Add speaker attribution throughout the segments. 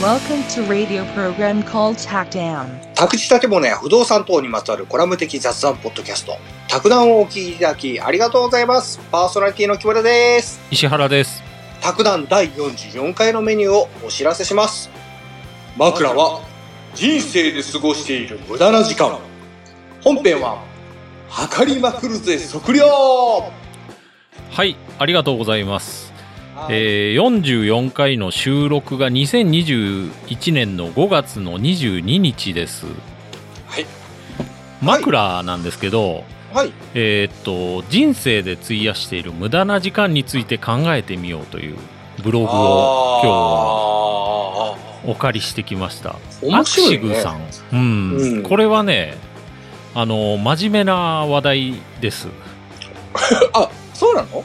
Speaker 1: Welcome to radio program called Tackdown.
Speaker 2: 宅地建物や不動産等にまつわるコラム的雑談ポッドキャスト宅談をお聞きいただきありがとうございますパーソナリティの木村です
Speaker 3: 石原です。
Speaker 2: 宅談第44回のメニューをお知らせします枕は人生で過ごしている無駄な時間本編は測りまくるぜ測量
Speaker 3: はい、ありがとうございます。えー、44回の収録が2021年の5月の22日です。
Speaker 2: はい
Speaker 3: 枕なんですけど、
Speaker 2: はい
Speaker 3: えーっと、人生で費やしている無駄な時間について考えてみようというブログを今日は
Speaker 2: は
Speaker 3: お借りしてきました。
Speaker 2: 面白い
Speaker 3: アクシグ
Speaker 2: ね
Speaker 3: さん、うん。
Speaker 2: うん
Speaker 3: これはね、あの、真面目な話題です。
Speaker 2: あそうなの、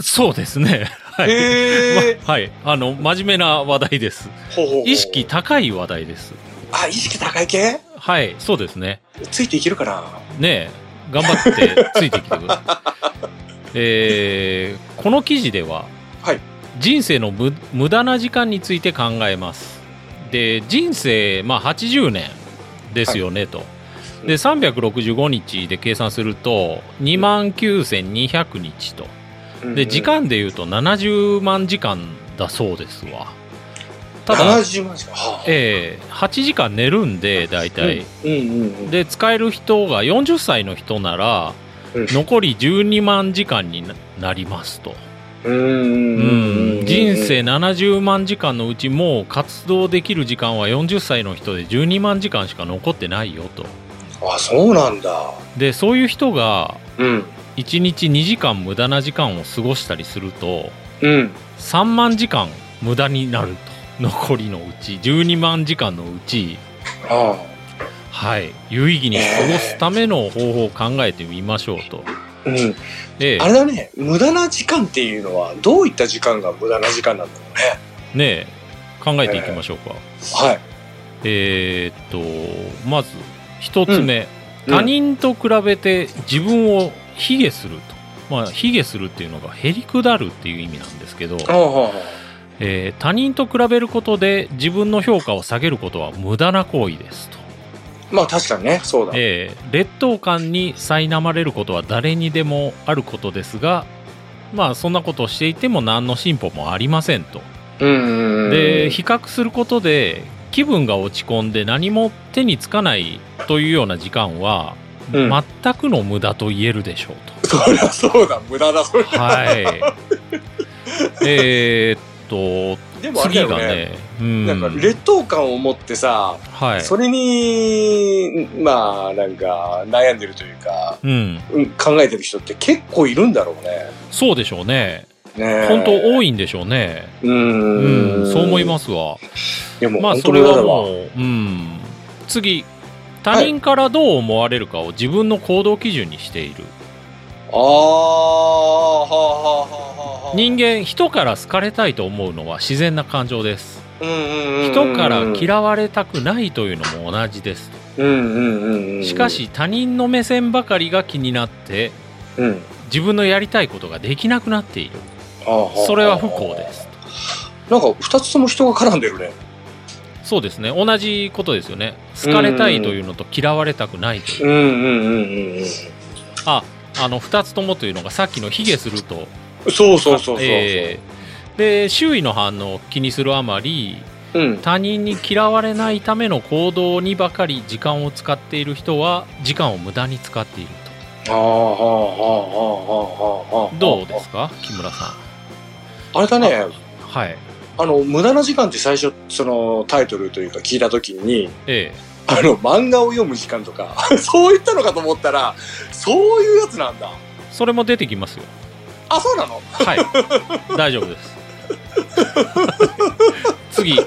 Speaker 3: そうですね。はい。
Speaker 2: へえ、
Speaker 3: まはい、あの真面目な話題です
Speaker 2: ほうほうほう
Speaker 3: 意識高い話題です
Speaker 2: あ意識高い系
Speaker 3: はいそうですね
Speaker 2: ついていけるかな
Speaker 3: ねえ頑張ってついてきてくださ いえーこの記事では、
Speaker 2: はい
Speaker 3: 人生の無無駄な時間について考えますで人生、まあ、80年ですよね、とで365日で計算すると2万9200日とで時間でいうと70万時間だそうですわただ
Speaker 2: 70万しか、はあ
Speaker 3: ええ8時間寝るんで大体、
Speaker 2: うんうんうん、
Speaker 3: で使える人が40歳の人なら、
Speaker 2: うん
Speaker 3: 残り12万時間にななりますと、
Speaker 2: うんうんうんうん
Speaker 3: 人生70万時間のうちもう活動できる時間は40歳の人で12万時間しか残ってないよと
Speaker 2: あそうなんだ
Speaker 3: でそういう人が
Speaker 2: うん
Speaker 3: 1日2時間無駄な時間を過ごしたりすると
Speaker 2: うん
Speaker 3: 3万時間無駄になると残りのうち12万時間のうち
Speaker 2: あ
Speaker 3: はい、有意義に過ごすための方法を考えてみましょうと。
Speaker 2: あうん、
Speaker 3: え
Speaker 2: あれだね無駄な時間っていうのはどういった時間が無駄な時間なんだろうね
Speaker 3: え、ねえ、考えていきましょうか。
Speaker 2: はい
Speaker 3: えーっと、まず一つ目、
Speaker 2: うん
Speaker 3: 他人と比べて自分を卑下すると。まあ、卑下するっていうのがへりくだるっていう意味なんですけど、
Speaker 2: ああ
Speaker 3: えー他人と比べることで自分の評価を下げることは無駄な行為ですと。
Speaker 2: まあ確かにねそうだ、
Speaker 3: えー劣等感に苛まれることは誰にでもあることですがまあそんなことをしていても何の進歩もありませんと
Speaker 2: うんうんうん
Speaker 3: で比較することで気分が落ち込んで何も手につかないというような時間は、
Speaker 2: うん
Speaker 3: 全くの無駄と言えるでしょう
Speaker 2: そりゃそうだ無駄だそれ
Speaker 3: とはいえーっ
Speaker 2: で
Speaker 3: と
Speaker 2: もあれだ
Speaker 3: 次
Speaker 2: よ
Speaker 3: が
Speaker 2: ね
Speaker 3: ねうん
Speaker 2: なんか劣等感を持ってさ、
Speaker 3: はい
Speaker 2: それにまあなんか悩んでるというか、
Speaker 3: うん
Speaker 2: うん、考えてる人って結構いるんだろうね
Speaker 3: そうでしょうね
Speaker 2: ねえ
Speaker 3: 本当多いんでしょうね
Speaker 2: うー
Speaker 3: うんんそう思い
Speaker 2: す。
Speaker 3: ますわ
Speaker 2: いやもう
Speaker 3: まあ
Speaker 2: 本当
Speaker 3: そ
Speaker 2: 無
Speaker 3: れ
Speaker 2: 駄
Speaker 3: は
Speaker 2: だわ。
Speaker 3: もう、うん、次他人からどう思われるかを自分の行動基準にしている、
Speaker 2: ああ、はあはあはあはあ。
Speaker 3: 人間人から好かれたいと思うのは自然な感情です
Speaker 2: うんうんうんうん
Speaker 3: 人から嫌われたくないというのも同じです
Speaker 2: うんうんうんうん。
Speaker 3: しか、し他人の目線ばかりが気になって
Speaker 2: うん。
Speaker 3: 自分のやりたいことができなくなっている
Speaker 2: ああああ
Speaker 3: それは不幸です
Speaker 2: なんか二つとも人が絡んでるね。
Speaker 3: そうですね同じことですよね好かれたいというのと嫌われたくないという
Speaker 2: うんうんうんうんうん。
Speaker 3: ああの2つともというのがさっきの卑下すると
Speaker 2: そうそうそうそう。
Speaker 3: えーで周囲の反応を気にするあまり
Speaker 2: うん。
Speaker 3: 他人に嫌われないための行動にばかり時間を使っている人は時間を無駄に使っている
Speaker 2: ああはあはあはあは
Speaker 3: と
Speaker 2: あ。
Speaker 3: どうですか木村さん
Speaker 2: あれだね。
Speaker 3: はい
Speaker 2: あの無駄な時間って最初そのタイトルというか聞いたときに。
Speaker 3: え
Speaker 2: あの漫画を読む時間とか そういったのかと思ったらそういうやつなんだ
Speaker 3: えそれも出てきますよ
Speaker 2: あそうなの
Speaker 3: はい 大丈夫です次
Speaker 2: うん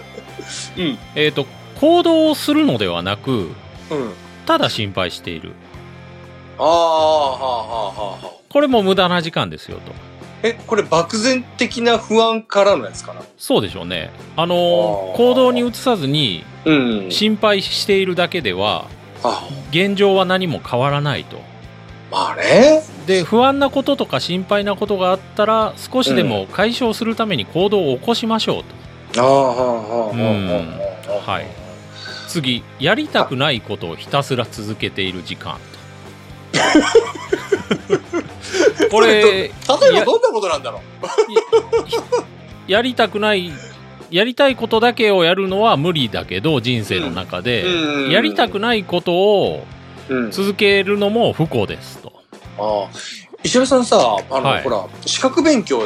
Speaker 3: えっ、と行動をするのではなく
Speaker 2: うん
Speaker 3: ただ心配している
Speaker 2: ああはあはあはあはあ
Speaker 3: これも無駄な時間ですよと
Speaker 2: えこれ漠然的な不安からのやつかな
Speaker 3: そうでしょうねあの
Speaker 2: あー
Speaker 3: 行動に移さずに
Speaker 2: うん
Speaker 3: 心配しているだけでは
Speaker 2: あ
Speaker 3: 現状は何も変わらないと
Speaker 2: まあね
Speaker 3: で不安なこととか心配なことがあったら少しでも解消するために行動を起こしましょうと、
Speaker 2: ああはあはあはあはあ
Speaker 3: うんはい次やりたくないことをひたすら続けている時間 これ
Speaker 2: 例え
Speaker 3: や
Speaker 2: ばどんなことなんだろう
Speaker 3: やりたくないやりたいことだけをやるのは無理だけど人生の中で、
Speaker 2: うんうん
Speaker 3: やりたくないことを
Speaker 2: うん、
Speaker 3: 続けるのも不幸ですと
Speaker 2: ああ石原さんさあの、
Speaker 3: はい
Speaker 2: ほら資格勉強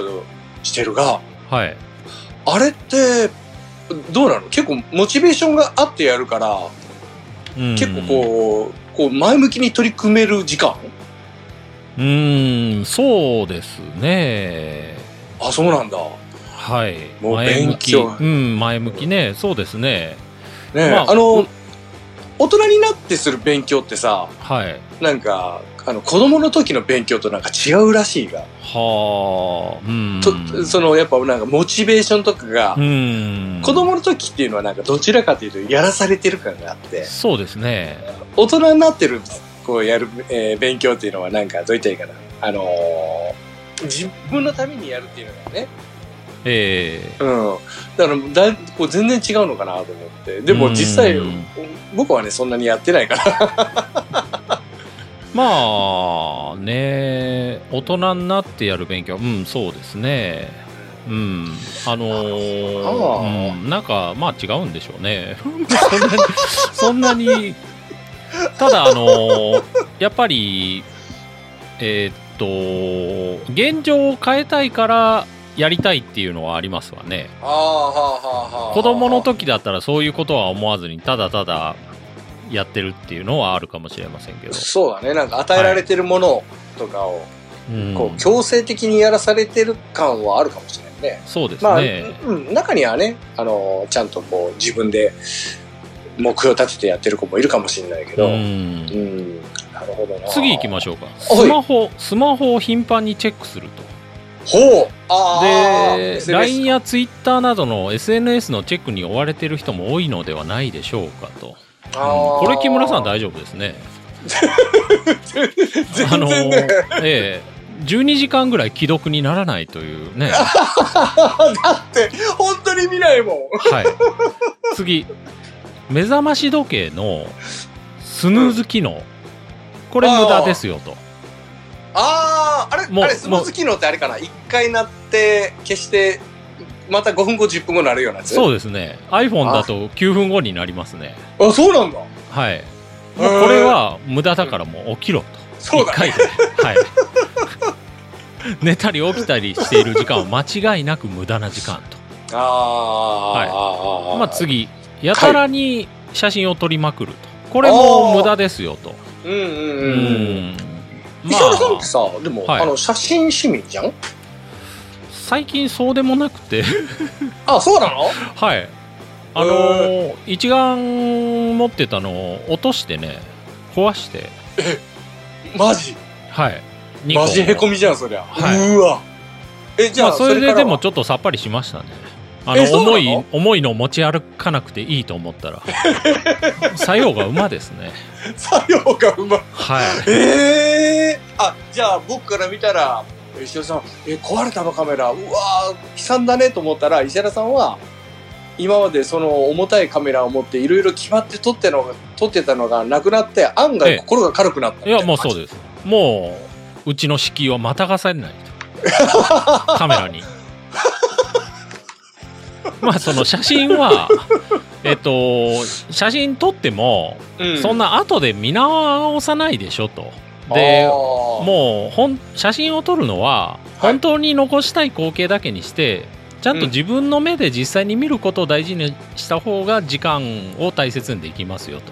Speaker 2: してるが
Speaker 3: はい
Speaker 2: あれってどうなの結構モチベーションがあってやるから、
Speaker 3: うん
Speaker 2: 結構こうこう前向きに取り組める時間
Speaker 3: うーんそうですね
Speaker 2: あそうなんだ
Speaker 3: はい
Speaker 2: もう
Speaker 3: 前向き
Speaker 2: 勉強
Speaker 3: うん前向きねそうですね
Speaker 2: ねえ、
Speaker 3: まあ
Speaker 2: あ
Speaker 3: う
Speaker 2: の
Speaker 3: ん
Speaker 2: 大人になってする勉強ってさ
Speaker 3: はい
Speaker 2: なんかあの子供の時の勉強となんか違うらしいが、
Speaker 3: はあうん
Speaker 2: とそのやっぱなんかモチベーションとかが、
Speaker 3: うん
Speaker 2: 子供の時っていうのはなんかどちらかというとやらされてる感があって
Speaker 3: そうですね
Speaker 2: 大人になってるこうやる、えー勉強っていうのはなんかどういったらいいかなあのー自分のためにやるっていうのがね
Speaker 3: ええ
Speaker 2: うん、だからだこう全然違うのかなと思ってでも
Speaker 3: うん
Speaker 2: 実際僕はねそんなにやってない から
Speaker 3: まあね大人になってやる勉強うんそうですねうんあのー
Speaker 2: なるほど
Speaker 3: うん、なんかまあ違うんでしょうね そんなにそんなにただあのーやっぱりえーっと現状を変えたいからやりたいっていうのはありますわね
Speaker 2: ああはあはあは
Speaker 3: 子供の時だったらそういうことは思わずにただただやってるっていうのはあるかもしれませんけど、
Speaker 2: そうだねなんか与えられてるものとかを、
Speaker 3: うん
Speaker 2: こう強制的にやらされてる感はあるかもしれないね
Speaker 3: そうです
Speaker 2: まあ、
Speaker 3: ね、
Speaker 2: うん、中にはねあのちゃんとこう自分で目標立ててやってる子もいるかもしれないけど、う
Speaker 3: うんん
Speaker 2: なるほどな
Speaker 3: 次行きま
Speaker 2: し
Speaker 3: しょうかスマホスマホを頻繁にチェックすると
Speaker 2: ょうほうああ
Speaker 3: で
Speaker 2: SNS
Speaker 3: LINE や Twitter などの SNS のチェックに追われてる人も多いのではないでしょうかと、
Speaker 2: あー
Speaker 3: うんこれ木村さん大丈夫ですねあ
Speaker 2: 全
Speaker 3: の
Speaker 2: 然
Speaker 3: ー
Speaker 2: ね、
Speaker 3: ええ12時間ぐらい既読にならないという ね
Speaker 2: だって本当に見ないもん
Speaker 3: はい次目覚まし時計のスヌーズ機能これ無駄ですよと
Speaker 2: あああれ
Speaker 3: もう
Speaker 2: あれスムーズ機能ってあれかな一回鳴って消してまた5分後10分後なるようなやつ
Speaker 3: そううですね iPhone だと9分後になりますね
Speaker 2: あそうなんだ
Speaker 3: はいもうこれは無駄だからもう起きろと
Speaker 2: そうだ
Speaker 3: 一回ではい 寝たり起きたりしている時間は間違いなく無駄な時間と
Speaker 2: ああ、
Speaker 3: はい
Speaker 2: あ
Speaker 3: まあ次やたらに写真を撮りまくるとこれも無駄ですよと
Speaker 2: うんうん
Speaker 3: う
Speaker 2: うんうん
Speaker 3: んま
Speaker 2: 石原さんって
Speaker 3: あ
Speaker 2: さでも、
Speaker 3: はい
Speaker 2: あの写真趣味じゃん
Speaker 3: 最近そうでもなくて
Speaker 2: あそうなの
Speaker 3: はいあのー一眼持ってたのを落としてね壊して
Speaker 2: マジ
Speaker 3: はいニコン
Speaker 2: マ
Speaker 3: を
Speaker 2: ジへこみじゃんそりゃ、
Speaker 3: はいう
Speaker 2: わえじゃあ、
Speaker 3: まあ、それ
Speaker 2: から
Speaker 3: で
Speaker 2: は
Speaker 3: でもちょっとさっぱりしましたねあ
Speaker 2: えそう
Speaker 3: の
Speaker 2: なの
Speaker 3: 重い重いの持ち歩かなくていいと思っ たら作用が馬ですね
Speaker 2: 作用がうまい
Speaker 3: はい
Speaker 2: ええあじゃあ僕から見たら石原さん「え壊れたのカメラうわー悲惨だね」と思ったら石原さんは今までその重たいカメラを持っていろいろ決まって撮ってのが撮ってたのがなくなって案
Speaker 3: ええ
Speaker 2: 外心が軽くなった
Speaker 3: いやもうそう
Speaker 2: で
Speaker 3: ですもううちの敷居をまたがされないとカメ ラにまあその写真はえっと写真撮っても、
Speaker 2: す、う
Speaker 3: そん
Speaker 2: な
Speaker 3: な後で見直さないでしょとで
Speaker 2: も
Speaker 3: もう本写真を撮るのは
Speaker 2: はい
Speaker 3: 本当に残したい光景だけにして、ちゃんと自分の目で実際に見ることを大事にした方が時間を大切にできますよと。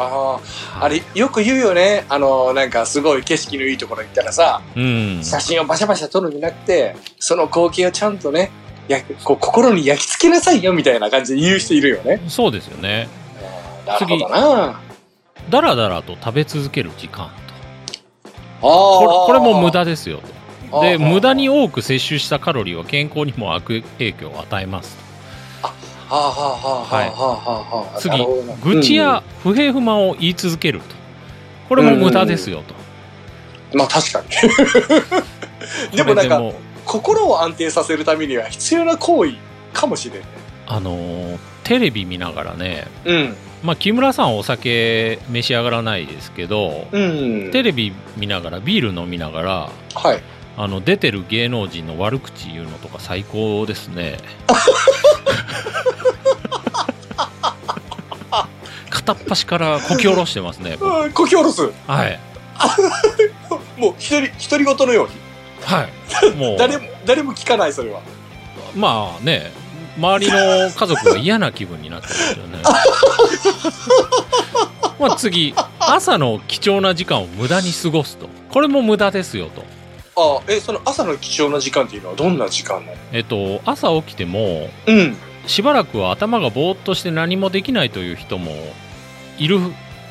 Speaker 2: あーあれよく言うよねあのなんかすごい景色のいいところ行ったらさ
Speaker 3: うん、
Speaker 2: 写真をバシャバシャ撮るんじゃなくてその光景をちゃんとねやこう心に焼き付けなさいよみたいな感じで言う人いるよね
Speaker 3: そうですよね。
Speaker 2: なるほどな。
Speaker 3: だらだらと食べ続ける時間と。これ
Speaker 2: こ
Speaker 3: これも無駄ですよと。
Speaker 2: あ
Speaker 3: で、
Speaker 2: ー
Speaker 3: 無駄に多く摂取したカロリーは健康にも悪影響を与えますと。
Speaker 2: はあはあはあ
Speaker 3: はい
Speaker 2: はあはあはあ
Speaker 3: 次
Speaker 2: なるほどな、
Speaker 3: 愚痴や不平不満を言い続けると。これも無駄ですよと。
Speaker 2: うんまあ確かに でもなんか
Speaker 3: これでも
Speaker 2: 心を安定させるためには必要な行為かもしれない
Speaker 3: あのーテレビ見ながらね、
Speaker 2: うん
Speaker 3: まあ、木村さんお酒召し上がらないですけど、
Speaker 2: うん
Speaker 3: テレビ見ながらビール飲みながら
Speaker 2: はい
Speaker 3: あの出てる芸能人の悪口言うのとか最高で すね片っ端からこき下ろしてますね僕
Speaker 2: うんこきおろす
Speaker 3: はい
Speaker 2: もう一人独り言のように
Speaker 3: はいも う
Speaker 2: 誰も誰も聞かないそれは
Speaker 3: まあね周りの家族が嫌な気分になってますよ ねまあ次朝の貴重な時間を無駄に過ごすとこれも無駄ですよと
Speaker 2: あえその朝の貴重な時間っていうのはどんな時間なの
Speaker 3: えっと朝起きても
Speaker 2: うん
Speaker 3: しばらくは頭がぼーっとして何もできないという人もいる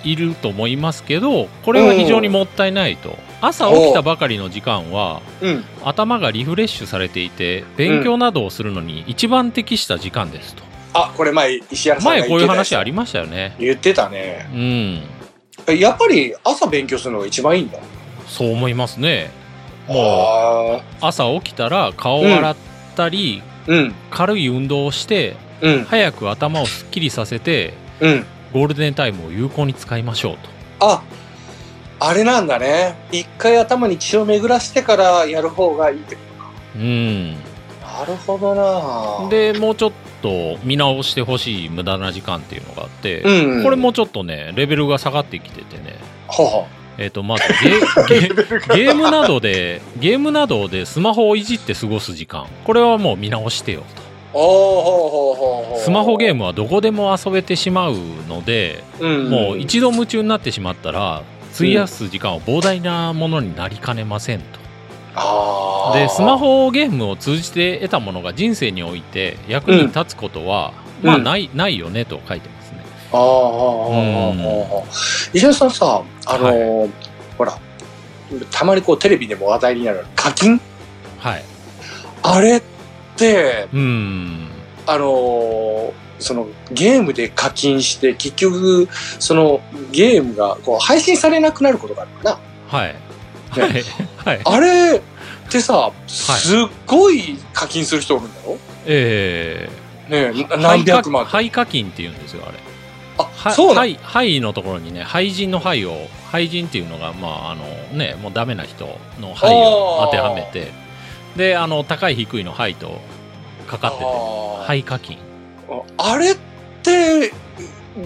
Speaker 3: いると思いますけどこれは非常にもったいないと朝起きたばかりの時間は
Speaker 2: うん
Speaker 3: 頭がリフレッシュされていて勉強などをするのに一番適した時間ですと、
Speaker 2: あこれ前石原さんが
Speaker 3: 前こういう話あ
Speaker 2: た
Speaker 3: りましたよね
Speaker 2: 言ってたね
Speaker 3: うん
Speaker 2: やっぱり朝勉強するのが一番いいんだ
Speaker 3: そう思いますねも
Speaker 2: あ
Speaker 3: う朝起きたら顔を洗ったり、
Speaker 2: ーうん
Speaker 3: 軽い運動をして
Speaker 2: うん
Speaker 3: 早く頭をすっきりさせて
Speaker 2: うん
Speaker 3: ゴールデンタイムを有効に使いましょうと
Speaker 2: ああれなんだね一回頭に血を巡らしてからやる方がいいって
Speaker 3: うん
Speaker 2: なるほどな
Speaker 3: でもうちょっと見直してほしい無駄な時間っていうのがあって、
Speaker 2: うん
Speaker 3: これもうちょっとねレベルが下がってきててね
Speaker 2: はは
Speaker 3: えっ、とまずゲゲゲームなどでゲームなどでスマホをいじって過ごす時間これはもう見直してよ
Speaker 2: おおほうほうほうほ
Speaker 3: と
Speaker 2: う
Speaker 3: スマホゲームはどこでも遊べてしまうので、
Speaker 2: うん
Speaker 3: もう一度夢中になってしまったら費やす時間を膨大なものになりかねませんと
Speaker 2: あー
Speaker 3: でスマホゲームを通じて得たものが人生において役に立つことは、
Speaker 2: うん
Speaker 3: まあ
Speaker 2: うん
Speaker 3: ないないよねと書いてますね。
Speaker 2: あーあーあーあーあー石原さんさあのーほらたまにこうテレビでも話題になる課金
Speaker 3: はい、
Speaker 2: あれって
Speaker 3: うーん
Speaker 2: あのーそのゲームで課金して結局そのゲームがこう配信されなくなることがあるのかな
Speaker 3: はいはい はい
Speaker 2: あれってさすっごい課金する人おるんだろ
Speaker 3: え
Speaker 2: ねえ
Speaker 3: ー、
Speaker 2: 何百万
Speaker 3: 廃課金って言うんですよあれ
Speaker 2: あ
Speaker 3: は
Speaker 2: そうな
Speaker 3: は
Speaker 2: の
Speaker 3: いはいのところにね廃人の廃を廃人っていうのがまああのねもうダメな人の廃を当てはめてであの高い低いの廃とかかってて
Speaker 2: あ
Speaker 3: 廃課金
Speaker 2: ーあれって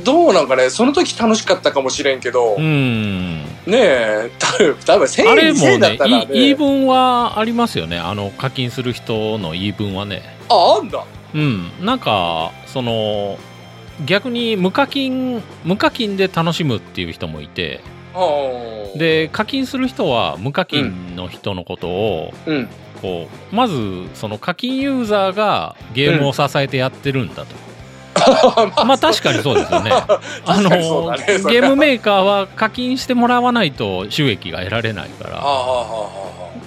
Speaker 2: どうなんかねその時楽しかったかもしれんけど
Speaker 3: うーん
Speaker 2: ねえ、たぶん、たぶん、1000
Speaker 3: あ
Speaker 2: 円
Speaker 3: れも
Speaker 2: 2000円だっ
Speaker 3: ね
Speaker 2: たら、ね、
Speaker 3: い言い分はありますよねあの課金する人の言い分はね
Speaker 2: あ、あんだ。
Speaker 3: うんなんかその逆に無課金無課金で楽しむっていう人もいて
Speaker 2: あ、
Speaker 3: で課金する人は無課金の人のことを、
Speaker 2: うん。
Speaker 3: こうまずその課金ユーザーがゲームを支えてやってるんだと、まあ確かにそうですよねあ
Speaker 2: 確
Speaker 3: の
Speaker 2: かにそうだねそれ
Speaker 3: ゲームメーカーは課金してもらわないと収益が得られないか
Speaker 2: あ
Speaker 3: ら
Speaker 2: あ、ああ、あ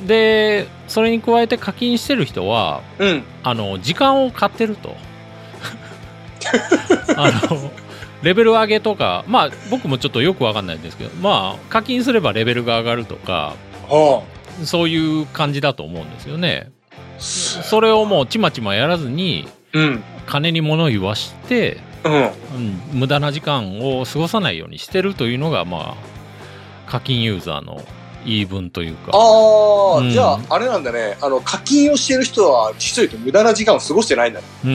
Speaker 3: でそれに加えて課金してる人は
Speaker 2: あ。うん。
Speaker 3: あの時間を買ってるとあのレベル上げとかまあ僕もちょっとよくわかんないんですけどまあ課金すればレベルが上がるとか
Speaker 2: は
Speaker 3: そういう感じだと思うんですよね
Speaker 2: あ。
Speaker 3: それをもうちまちまやらずに
Speaker 2: うん。
Speaker 3: 金に物言わして、
Speaker 2: うん。
Speaker 3: うん、無駄な時間を過ごさないようにしてるというのがまあ課金ユーザーの言い分というか
Speaker 2: ああ、
Speaker 3: うん
Speaker 2: じゃあ、あれなんだね。あの、課金をしてる人は、実を言うと無駄な時間を過ごしてないんだね。
Speaker 3: うん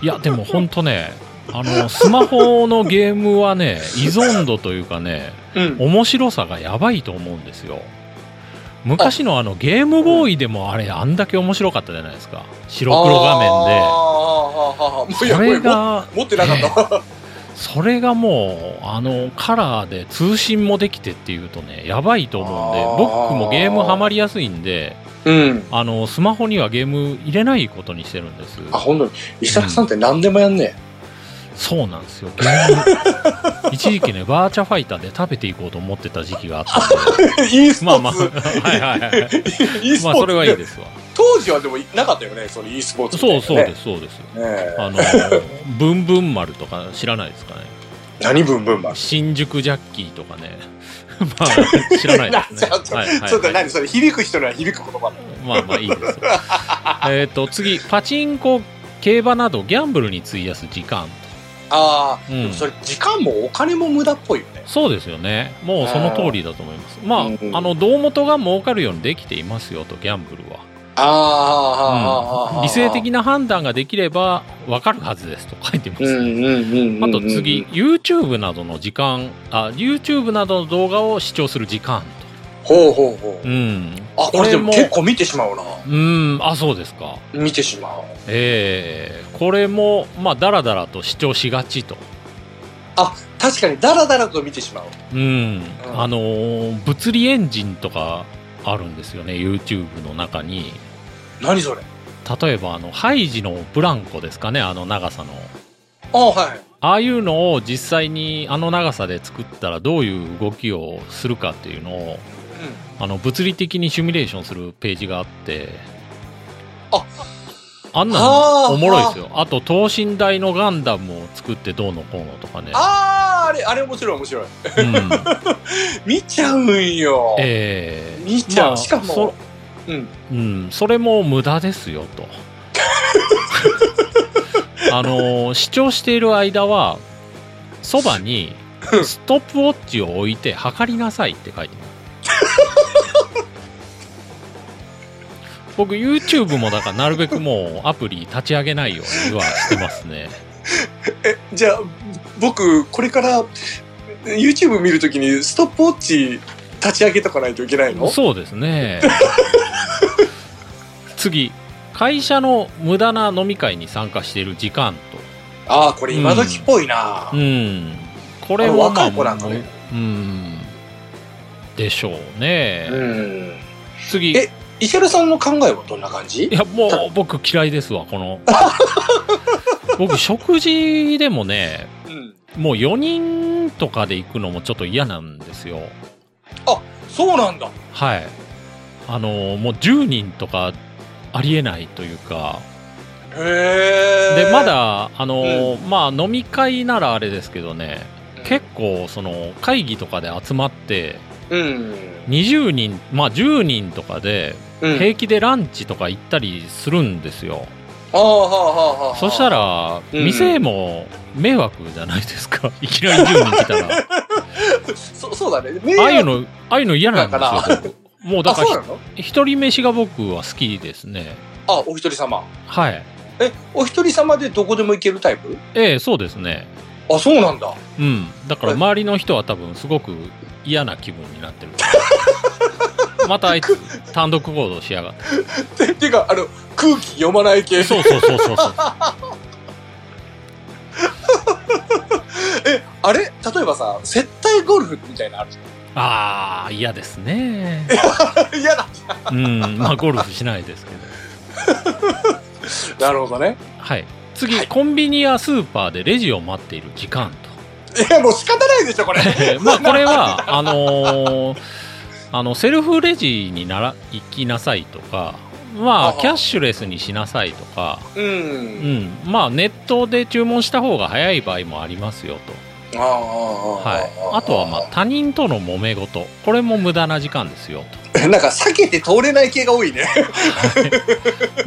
Speaker 3: いやでもほんとねあのスマホのゲームはね依存度というかね
Speaker 2: うん。
Speaker 3: 面白さがやばいと思うんですよ昔のあのゲームボーイでもあれあんだけ面白かったじゃないですか白
Speaker 2: あ
Speaker 3: 黒画
Speaker 2: あ、ああ、ああ、ああ。もう
Speaker 3: 面
Speaker 2: い
Speaker 3: で
Speaker 2: や、
Speaker 3: そ
Speaker 2: これ
Speaker 3: れ
Speaker 2: も、
Speaker 3: が
Speaker 2: 持ってなかったわ。
Speaker 3: それがもうあのカラーで通信もできてっていうとねやばいと思うんで
Speaker 2: あー
Speaker 3: 僕もゲームハマりやすいんで
Speaker 2: うん。
Speaker 3: あのスマホにはゲーム入れないことにしてるんです
Speaker 2: あ、ほんとに。石原さんって何でもやんね
Speaker 3: そうなんですよゲ ーム一時期ねバーチャファイターで食べていこうと思ってた時期があったんで
Speaker 2: え。e スポ
Speaker 3: まあ まあ
Speaker 2: ーツ。
Speaker 3: はいはいはい
Speaker 2: e スポー
Speaker 3: まあ
Speaker 2: ツ。
Speaker 3: それはいいですわ
Speaker 2: 当時はでもなかったよね、その e スポーツみたいな
Speaker 3: そう
Speaker 2: ね。
Speaker 3: そうですそうです
Speaker 2: ねえ
Speaker 3: あのブンブン丸とか知らないですかね
Speaker 2: 何ブンブン丸
Speaker 3: 新宿ジャッキーとかね まあ知らないですね
Speaker 2: なちょっと
Speaker 3: はいはいはい
Speaker 2: ちょっと何それ響く人には響く言葉
Speaker 3: まあまあいいですよえっと次パチンコ競馬などギャンブルに費やす時間
Speaker 2: ああ、
Speaker 3: うん
Speaker 2: でもそれ時間もお金も無駄っぽいよね
Speaker 3: そうですよねもうその通りだと思いますまあ,、
Speaker 2: うんうん
Speaker 3: あの胴元が儲かるようにできていますよとギャンブルは
Speaker 2: ああ、
Speaker 3: 理性的
Speaker 2: な
Speaker 3: な判断ができれば分かるはずですと書いてます、
Speaker 2: うんうんうんうんうん
Speaker 3: あと次 YouTube などの時間あ YouTube などの動画を視聴する時間
Speaker 2: ほうほうほう、
Speaker 3: とうん
Speaker 2: あこれでも結構見てしまうな
Speaker 3: うんあそうですか
Speaker 2: 見てしまう
Speaker 3: ええこれもまあダラダラと主張しがちと
Speaker 2: 確かにダラダラと見てしまう
Speaker 3: うん
Speaker 2: うん
Speaker 3: あのー物理エンジンとかあるんですよね YouTube の中に
Speaker 2: 何それ
Speaker 3: 例えばあのハイジのブランコですかねあの長さの
Speaker 2: あはい
Speaker 3: ああいうのを実際にあの長さで作ったらどういう動きをするかっていうのをあの物理的にシミュレーションするページがあって
Speaker 2: あ
Speaker 3: あんな
Speaker 2: あー
Speaker 3: のおもろいですよあと等身大のガンダムを作ってどうのこうのとかね、
Speaker 2: あああれあれ面白い面白い
Speaker 3: うん、
Speaker 2: 見ちゃうんよ、
Speaker 3: ええ
Speaker 2: 見ちゃう、
Speaker 3: まあ
Speaker 2: しかも
Speaker 3: そ
Speaker 2: うん
Speaker 3: うん、それも無駄ですよとあの主張している間はそばにストップウォッチを置いて測りなさいって書いてます僕 YouTube もだからなるべくもうアプリ立ち上げないようにはしてますね
Speaker 2: えじゃあ僕これから YouTube 見るときにストップウォッチ立ち上げとかないといけないの
Speaker 3: そうですね次会社の無駄な飲み会に参加している時間と
Speaker 2: ああこれ今時っぽいな、
Speaker 3: うん、これ
Speaker 2: あ
Speaker 3: は
Speaker 2: の
Speaker 3: まあ
Speaker 2: 若い子なんかね
Speaker 3: うん、でしょうね、
Speaker 2: うん
Speaker 3: 次
Speaker 2: え石原さんの考えはどんな感じ
Speaker 3: いやもう僕嫌いですわこの 僕食事でもね
Speaker 2: うん
Speaker 3: もう4人とかで行くのもちょっと嫌なんですよ
Speaker 2: そうなんだ
Speaker 3: はいあのもう10人とかありえないというか
Speaker 2: へえ
Speaker 3: でまだあの、まあ飲み会ならあれですけどね結構その会議とかで集まって
Speaker 2: うん、
Speaker 3: 20人まあ10人とかで
Speaker 2: うん、
Speaker 3: 平気でランチとか行ったりするんですよ、
Speaker 2: ああはあはあはあ
Speaker 3: そしたら
Speaker 2: うん
Speaker 3: 店も迷惑じゃないですか いきなり10人来た ら
Speaker 2: そそうだね迷惑
Speaker 3: ああいうのああいうの嫌なん
Speaker 2: だから
Speaker 3: ですよ僕もうだ
Speaker 2: あ
Speaker 3: から
Speaker 2: そうな
Speaker 3: ひ
Speaker 2: の
Speaker 3: 一人飯が僕は好きですね
Speaker 2: あお一人様
Speaker 3: はい
Speaker 2: えお一人様でどこでも行けるタイプ
Speaker 3: ええそうですね
Speaker 2: あそうなんだ
Speaker 3: うんだから
Speaker 2: え
Speaker 3: 周りの人は多分すごく嫌な気分になってる またあいつ単独行動しやがって
Speaker 2: てていうかあの空気読まない系
Speaker 3: そうそうそうそう そう
Speaker 2: えあれ例えばさ接待ゴルフみたいなのあるじ
Speaker 3: ああ嫌ですね
Speaker 2: ゃん 嫌だ
Speaker 3: うんまあゴルフしないですけど
Speaker 2: なるほどね
Speaker 3: はい次、
Speaker 2: はい
Speaker 3: コンビニやスーパーでレジを待っている時間と
Speaker 2: いやもう仕方ないでしょ これ
Speaker 3: まあこれはあのーあのセルフレジになら行きなさいとかまあ
Speaker 2: あは
Speaker 3: キャッシュレスにしなさいとか、
Speaker 2: う
Speaker 3: うんん、まあネットで注文した方が早い場合もありますよ
Speaker 2: ああ
Speaker 3: と、はい、あとはまあ他人との揉め事これも無駄な時間ですよ
Speaker 2: あ なんか避けて通れない系が多いね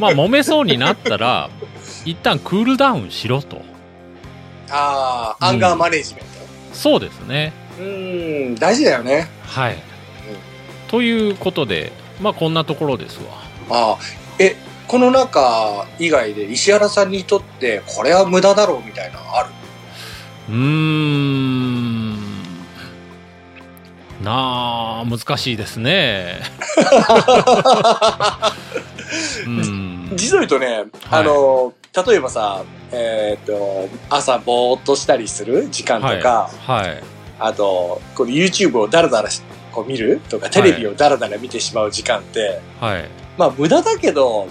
Speaker 3: とまあ揉めそうになったら一旦クールダウンしろと
Speaker 2: ああ
Speaker 3: う
Speaker 2: ア
Speaker 3: ん
Speaker 2: ンガーマネジメン
Speaker 3: そうですね
Speaker 2: トうんん大事だよね
Speaker 3: はい、ということでまあこんなところですわ
Speaker 2: ああえこの中以外で石原さんにとってこれは無駄だろうみたいなのある
Speaker 3: うーんなあ難しいですね うん
Speaker 2: 実を言うとね、
Speaker 3: は
Speaker 2: あ
Speaker 3: い
Speaker 2: の例えばさえっ、と朝ぼーっとしたりする時間とか、
Speaker 3: はい
Speaker 2: あとこの YouTube をダラダラしこう見るとかテレビをダラダラ見てしまう時間って、
Speaker 3: はい
Speaker 2: まあ無駄だけど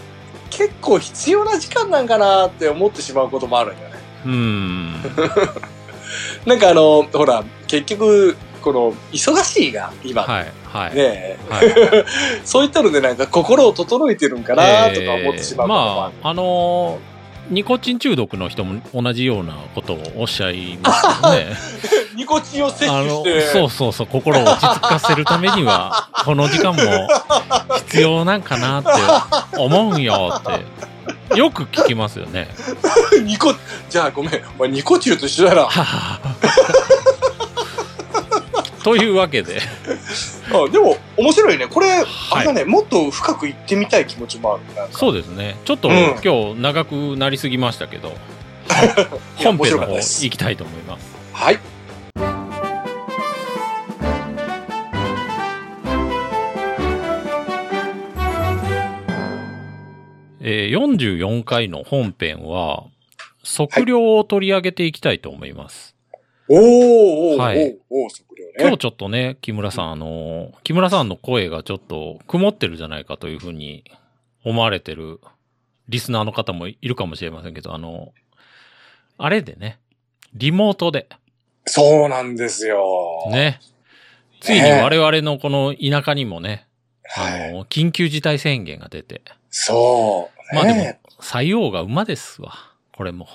Speaker 2: 結構必要な時間なんかなって思ってしまうこともあるんよね。
Speaker 3: うーん
Speaker 2: なんかあのほら結局この忙しいが今、
Speaker 3: はいはい、
Speaker 2: ねえ
Speaker 3: はい、
Speaker 2: そういったのでなんか心を整えてるんかなとか思ってしまうこともあ
Speaker 3: ま
Speaker 2: る。
Speaker 3: ああのーニコチン中毒の人も同じようなことをおっしゃいますよね。
Speaker 2: ニコチンを摂
Speaker 3: あ
Speaker 2: 取
Speaker 3: の
Speaker 2: して
Speaker 3: そうそうそう心を落ち着かせるためにはこの時間も必要なんかなって思うんよってよく聞きますよね。
Speaker 2: ニコ、じゃあごめん。お前ニコ中と一緒だな。あ
Speaker 3: ははというわけで、
Speaker 2: でも、面白いね。これ、あ
Speaker 3: は
Speaker 2: れ
Speaker 3: い
Speaker 2: だね、もっと深く行ってみたい気持ちもある。なんか
Speaker 3: そうですね。ちょっと、
Speaker 2: うん
Speaker 3: 今日長くなりすぎましたけど、
Speaker 2: いや面
Speaker 3: 本編
Speaker 2: 白かった
Speaker 3: の方
Speaker 2: です
Speaker 3: 行きたいと思います。
Speaker 2: はい。
Speaker 3: えー44回の本編は、測量を取り上げていきたいと思います。
Speaker 2: おーおーおー、
Speaker 3: はい
Speaker 2: おー、測量ね。
Speaker 3: 今日ちょっとね、木村さん、あの、木村さんの声がちょっと曇ってるじゃないかというふうに思われてるリスナーの方もいるかもしれませんけど、あの、あれでね、リモートで、
Speaker 2: そうなんですよ。
Speaker 3: ね、ついに我々のこの田舎にもね、
Speaker 2: は
Speaker 3: あ
Speaker 2: い。
Speaker 3: の、緊急事態宣言が出て、
Speaker 2: そう。
Speaker 3: まあでも
Speaker 2: ね、
Speaker 3: 採用が馬ですわ、これも。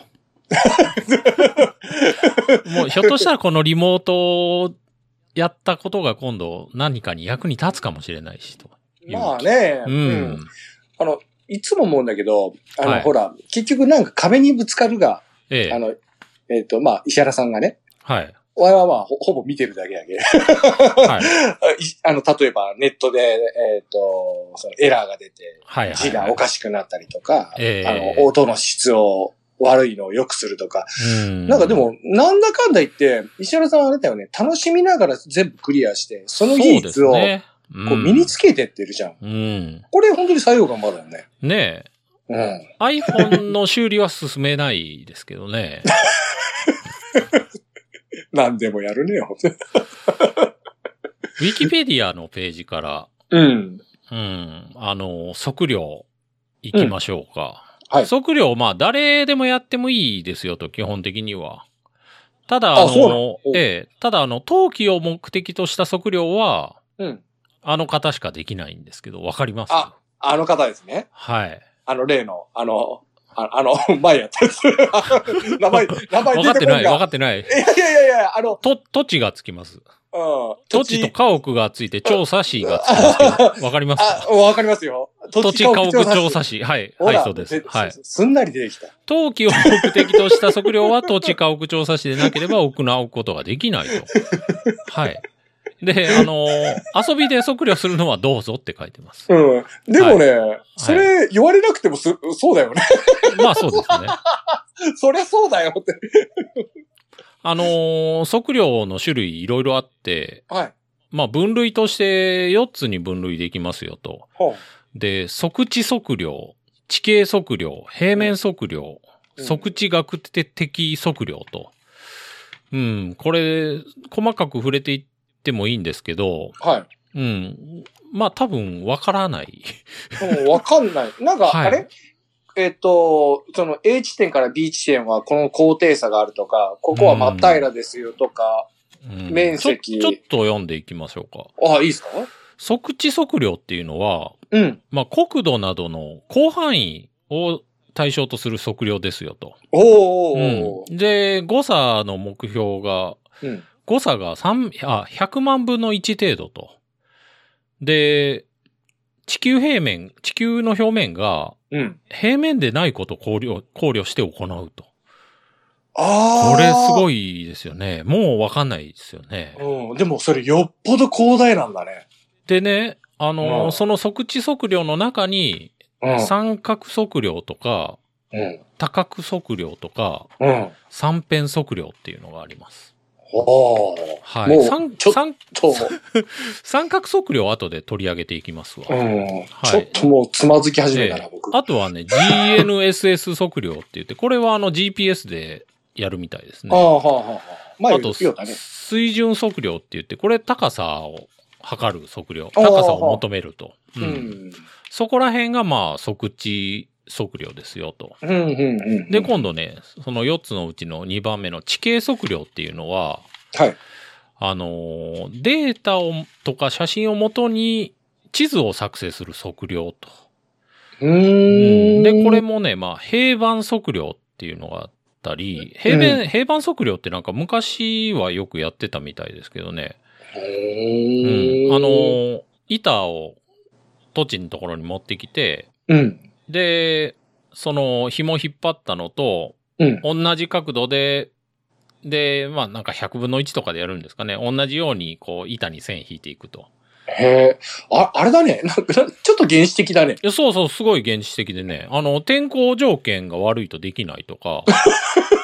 Speaker 3: もうひょっとしたらこのリモートをやったことが今度何かに役に立つかもしれないしと。
Speaker 2: まあね、
Speaker 3: う
Speaker 2: うん
Speaker 3: ん。
Speaker 2: あの、いつも思うんだけど、あの、
Speaker 3: はい
Speaker 2: ほら、結局なんか壁にぶつかるが、
Speaker 3: え
Speaker 2: あ
Speaker 3: え。
Speaker 2: の、えっ、と、まあ、石原さんがね、
Speaker 3: はい。
Speaker 2: 我々はまあほほぼ見てるだけだけど
Speaker 3: はい。
Speaker 2: い あの、例えばネットで、えっ、と、そのエラーが出て、
Speaker 3: はい。
Speaker 2: 字がおか
Speaker 3: し
Speaker 2: しくなったりとか、
Speaker 3: ええ
Speaker 2: あの、音の質を悪いのを良くするとか、
Speaker 3: い。うん。
Speaker 2: なんかで、も、なんだかんだ言って、石原さんはあれだよね、楽しみながら全部クリアして、その技術を
Speaker 3: そうですね
Speaker 2: こう身につけてってるじゃん。
Speaker 3: うん。うん。
Speaker 2: これ本当に採用頑張るよね。
Speaker 3: ねえ。
Speaker 2: うん。
Speaker 3: iPhone の修理は進めないですけ どね。
Speaker 2: 何でもやるねよ。
Speaker 3: Wikipedia のページから、
Speaker 2: うん。
Speaker 3: うん。あの、測量、行きましょうか。
Speaker 2: うんはい
Speaker 3: 測量、まあ、誰でもやってもいいですよと、基本的には。ただ、
Speaker 2: あ
Speaker 3: あ
Speaker 2: そうな
Speaker 3: の
Speaker 2: の、うん
Speaker 3: ええ、ただ、あの、陶器を目的とした測量は、
Speaker 2: うん。
Speaker 3: あの方しかできないんですけど、わかります
Speaker 2: ああの方ですね。
Speaker 3: はい。
Speaker 2: あの例の、あの、ああの、前やったやつ。 名前、名前
Speaker 3: 分か
Speaker 2: 出
Speaker 3: っ
Speaker 2: て
Speaker 3: て
Speaker 2: こ
Speaker 3: な、
Speaker 2: ないい
Speaker 3: 分か
Speaker 2: が。
Speaker 3: ってない。
Speaker 2: いやいやいやいや、あの、
Speaker 3: と、土地がつ きます。
Speaker 2: うん。
Speaker 3: 土地と家屋がついて、調査士がつきますけど。わかりま す
Speaker 2: あ
Speaker 3: か、
Speaker 2: わかりますよ。
Speaker 3: 土地家屋調査
Speaker 2: 士。
Speaker 3: 士。はい。
Speaker 2: ほ
Speaker 3: は
Speaker 2: ら
Speaker 3: い、そうです。はい。
Speaker 2: すんなり出てきた。
Speaker 3: 陶器を目的とした測量は土地家屋調査士でなければ行うことができないと。 はい。で、あの遊びで測量するのはどうぞって書いてます。
Speaker 2: うん。でもね、それ言われなくてもす、そうだよね。
Speaker 3: まあそうですね。
Speaker 2: そりゃそうだよって。
Speaker 3: あの測量の種類いろいろあって、
Speaker 2: はい。
Speaker 3: まあ分類として4つに分類できますよと。
Speaker 2: ほう
Speaker 3: で、測地測量、地形測量、平面測量、
Speaker 2: うん
Speaker 3: 測地学的測量と。うん、これ、細かく触れていってもいいんですけど、
Speaker 2: はい。
Speaker 3: うん、まあ多分わからない。
Speaker 2: うんわかん ない。なんか、
Speaker 3: はい
Speaker 2: あれ、えっ、と、その A 地点から B 地点はこの高低差があるとか、ここは真っ平らですよとか、
Speaker 3: うん
Speaker 2: 面積
Speaker 3: ちょ。ちょっと読んでいきましょうか。
Speaker 2: ああ、いいですか
Speaker 3: 測地測量っていうのは、
Speaker 2: うん。
Speaker 3: まあ国土などの広範囲を対象とする測量ですよと。
Speaker 2: おーおーお
Speaker 3: うん、で、誤差の目標が
Speaker 2: ーうん。
Speaker 3: 誤差が3あ100万分の1程度と。で、地球平面、地球の表面が
Speaker 2: うん。
Speaker 3: 平面でないことを考慮考慮して行うと。
Speaker 2: ああ。
Speaker 3: これすご
Speaker 2: い。
Speaker 3: いですよね。もうわかんないですよね。
Speaker 2: うん。でもそれよっぽど広大なんだね。
Speaker 3: でね、あの、
Speaker 2: うん
Speaker 3: その測地測量の中に、
Speaker 2: うん。
Speaker 3: 三角測量とか、
Speaker 2: うん。
Speaker 3: 多角測量とか、
Speaker 2: うん。
Speaker 3: 三辺測量っていうのがあります。
Speaker 2: おー
Speaker 3: は
Speaker 2: も
Speaker 3: い。
Speaker 2: う
Speaker 3: 三
Speaker 2: ちょ
Speaker 3: 三
Speaker 2: と、
Speaker 3: 三角測量は後で取り上げていきますわ。
Speaker 2: うん。ちょっともうつまずき始めたな、僕。
Speaker 3: あとはね、GNSS 測量って言って、これはあの GPS でやるみたいです
Speaker 2: ああ、
Speaker 3: ね。
Speaker 2: はあ、はあ。前
Speaker 3: あ
Speaker 2: 言
Speaker 3: と、
Speaker 2: うよだね。
Speaker 3: 水準測量って言って、これ高さを測る測量、
Speaker 2: あー
Speaker 3: 高さを求めると。
Speaker 2: う
Speaker 3: うん
Speaker 2: ん。
Speaker 3: そこら辺がまあ測地測量ですよと。
Speaker 2: うん、うん、うん。
Speaker 3: で、今度ね、その4つのうちの2番目の地形測量っていうのは、
Speaker 2: はい。
Speaker 3: あのーデータをとか写真をもとに地図を作成する測量と。
Speaker 2: うーん。
Speaker 3: で、これもね、まあ、平板測量っていうのがあったり、平面、平板測量ってなんか昔はよくやってたみたいですけどね。うん。あの
Speaker 2: の、
Speaker 3: ー、板を土地のところに持ってきて、
Speaker 2: うん。
Speaker 3: で、その紐引っ張ったのと、
Speaker 2: うん
Speaker 3: 同じ角度で、で、まあなんか100分の1とかでやるんですかね。同じようにこう板に線引いていくと。
Speaker 2: へえ。あ、あれだね。なんか、ちょっと原始的だね。
Speaker 3: いやそうそう、すごい原始的でね。あの、天候条件が悪いとできない とか、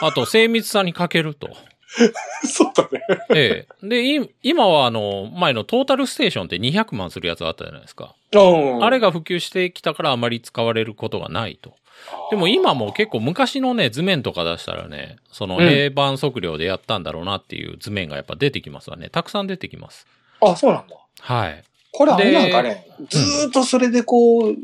Speaker 3: あと精密さに欠けると。
Speaker 2: そうだね。
Speaker 3: ええ。で、い今はあの、前のトータルステーションって200万するやつあったじゃないですか。
Speaker 2: うん。
Speaker 3: あれが普及してきたからあまり使われることがないと。
Speaker 2: あー
Speaker 3: でも今も結構昔のね、図面とか出したらね、その
Speaker 2: うん
Speaker 3: 平板測量でやったんだろうなっていう図面がやっぱ出てきますわね。たくさん出てきます。
Speaker 2: あ、そうなんだ。
Speaker 3: はい。
Speaker 2: これあれなんかね、ずーっとそれでこう、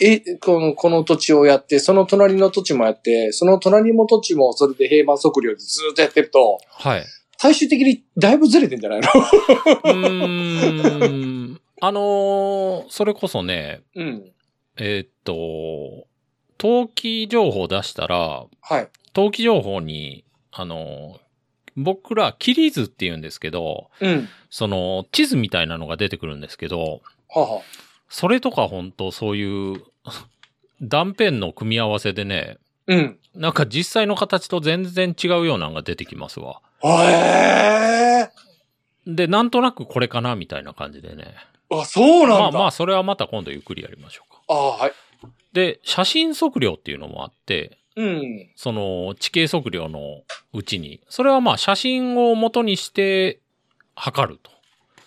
Speaker 2: え、この、この土地をやって、その隣の土地もやって、その隣の土地もそれで平板測量でずーっとやってると、
Speaker 3: はい。
Speaker 2: 最終的にだいぶずれてんじゃないの
Speaker 3: うーん。あのーそれこそね、
Speaker 2: うん。
Speaker 3: えーっと、登記情報出したら、
Speaker 2: はい。
Speaker 3: 登記情報に、あのー僕ら、キリ図って言うんですけど、
Speaker 2: うん。
Speaker 3: その、地図みたいなのが出てくるんですけど、
Speaker 2: はあはあ。
Speaker 3: それとか本当そういう断片の組み合わせでね、
Speaker 2: うん。
Speaker 3: なんか実際の形と全然違うようなのが出てきますわ。
Speaker 2: へえ
Speaker 3: で、なんとなくこれかなみたいな感じでね。
Speaker 2: ー。あ、そう
Speaker 3: ま
Speaker 2: な
Speaker 3: あ
Speaker 2: んだ。
Speaker 3: ま
Speaker 2: あ
Speaker 3: あ、それはまた今度ゆっくりやりましょうか。
Speaker 2: あー、はい。
Speaker 3: で、写真測量っていうのもあって、
Speaker 2: うん。
Speaker 3: その地形測量のうちに、それはまあ写真を元にして測ると。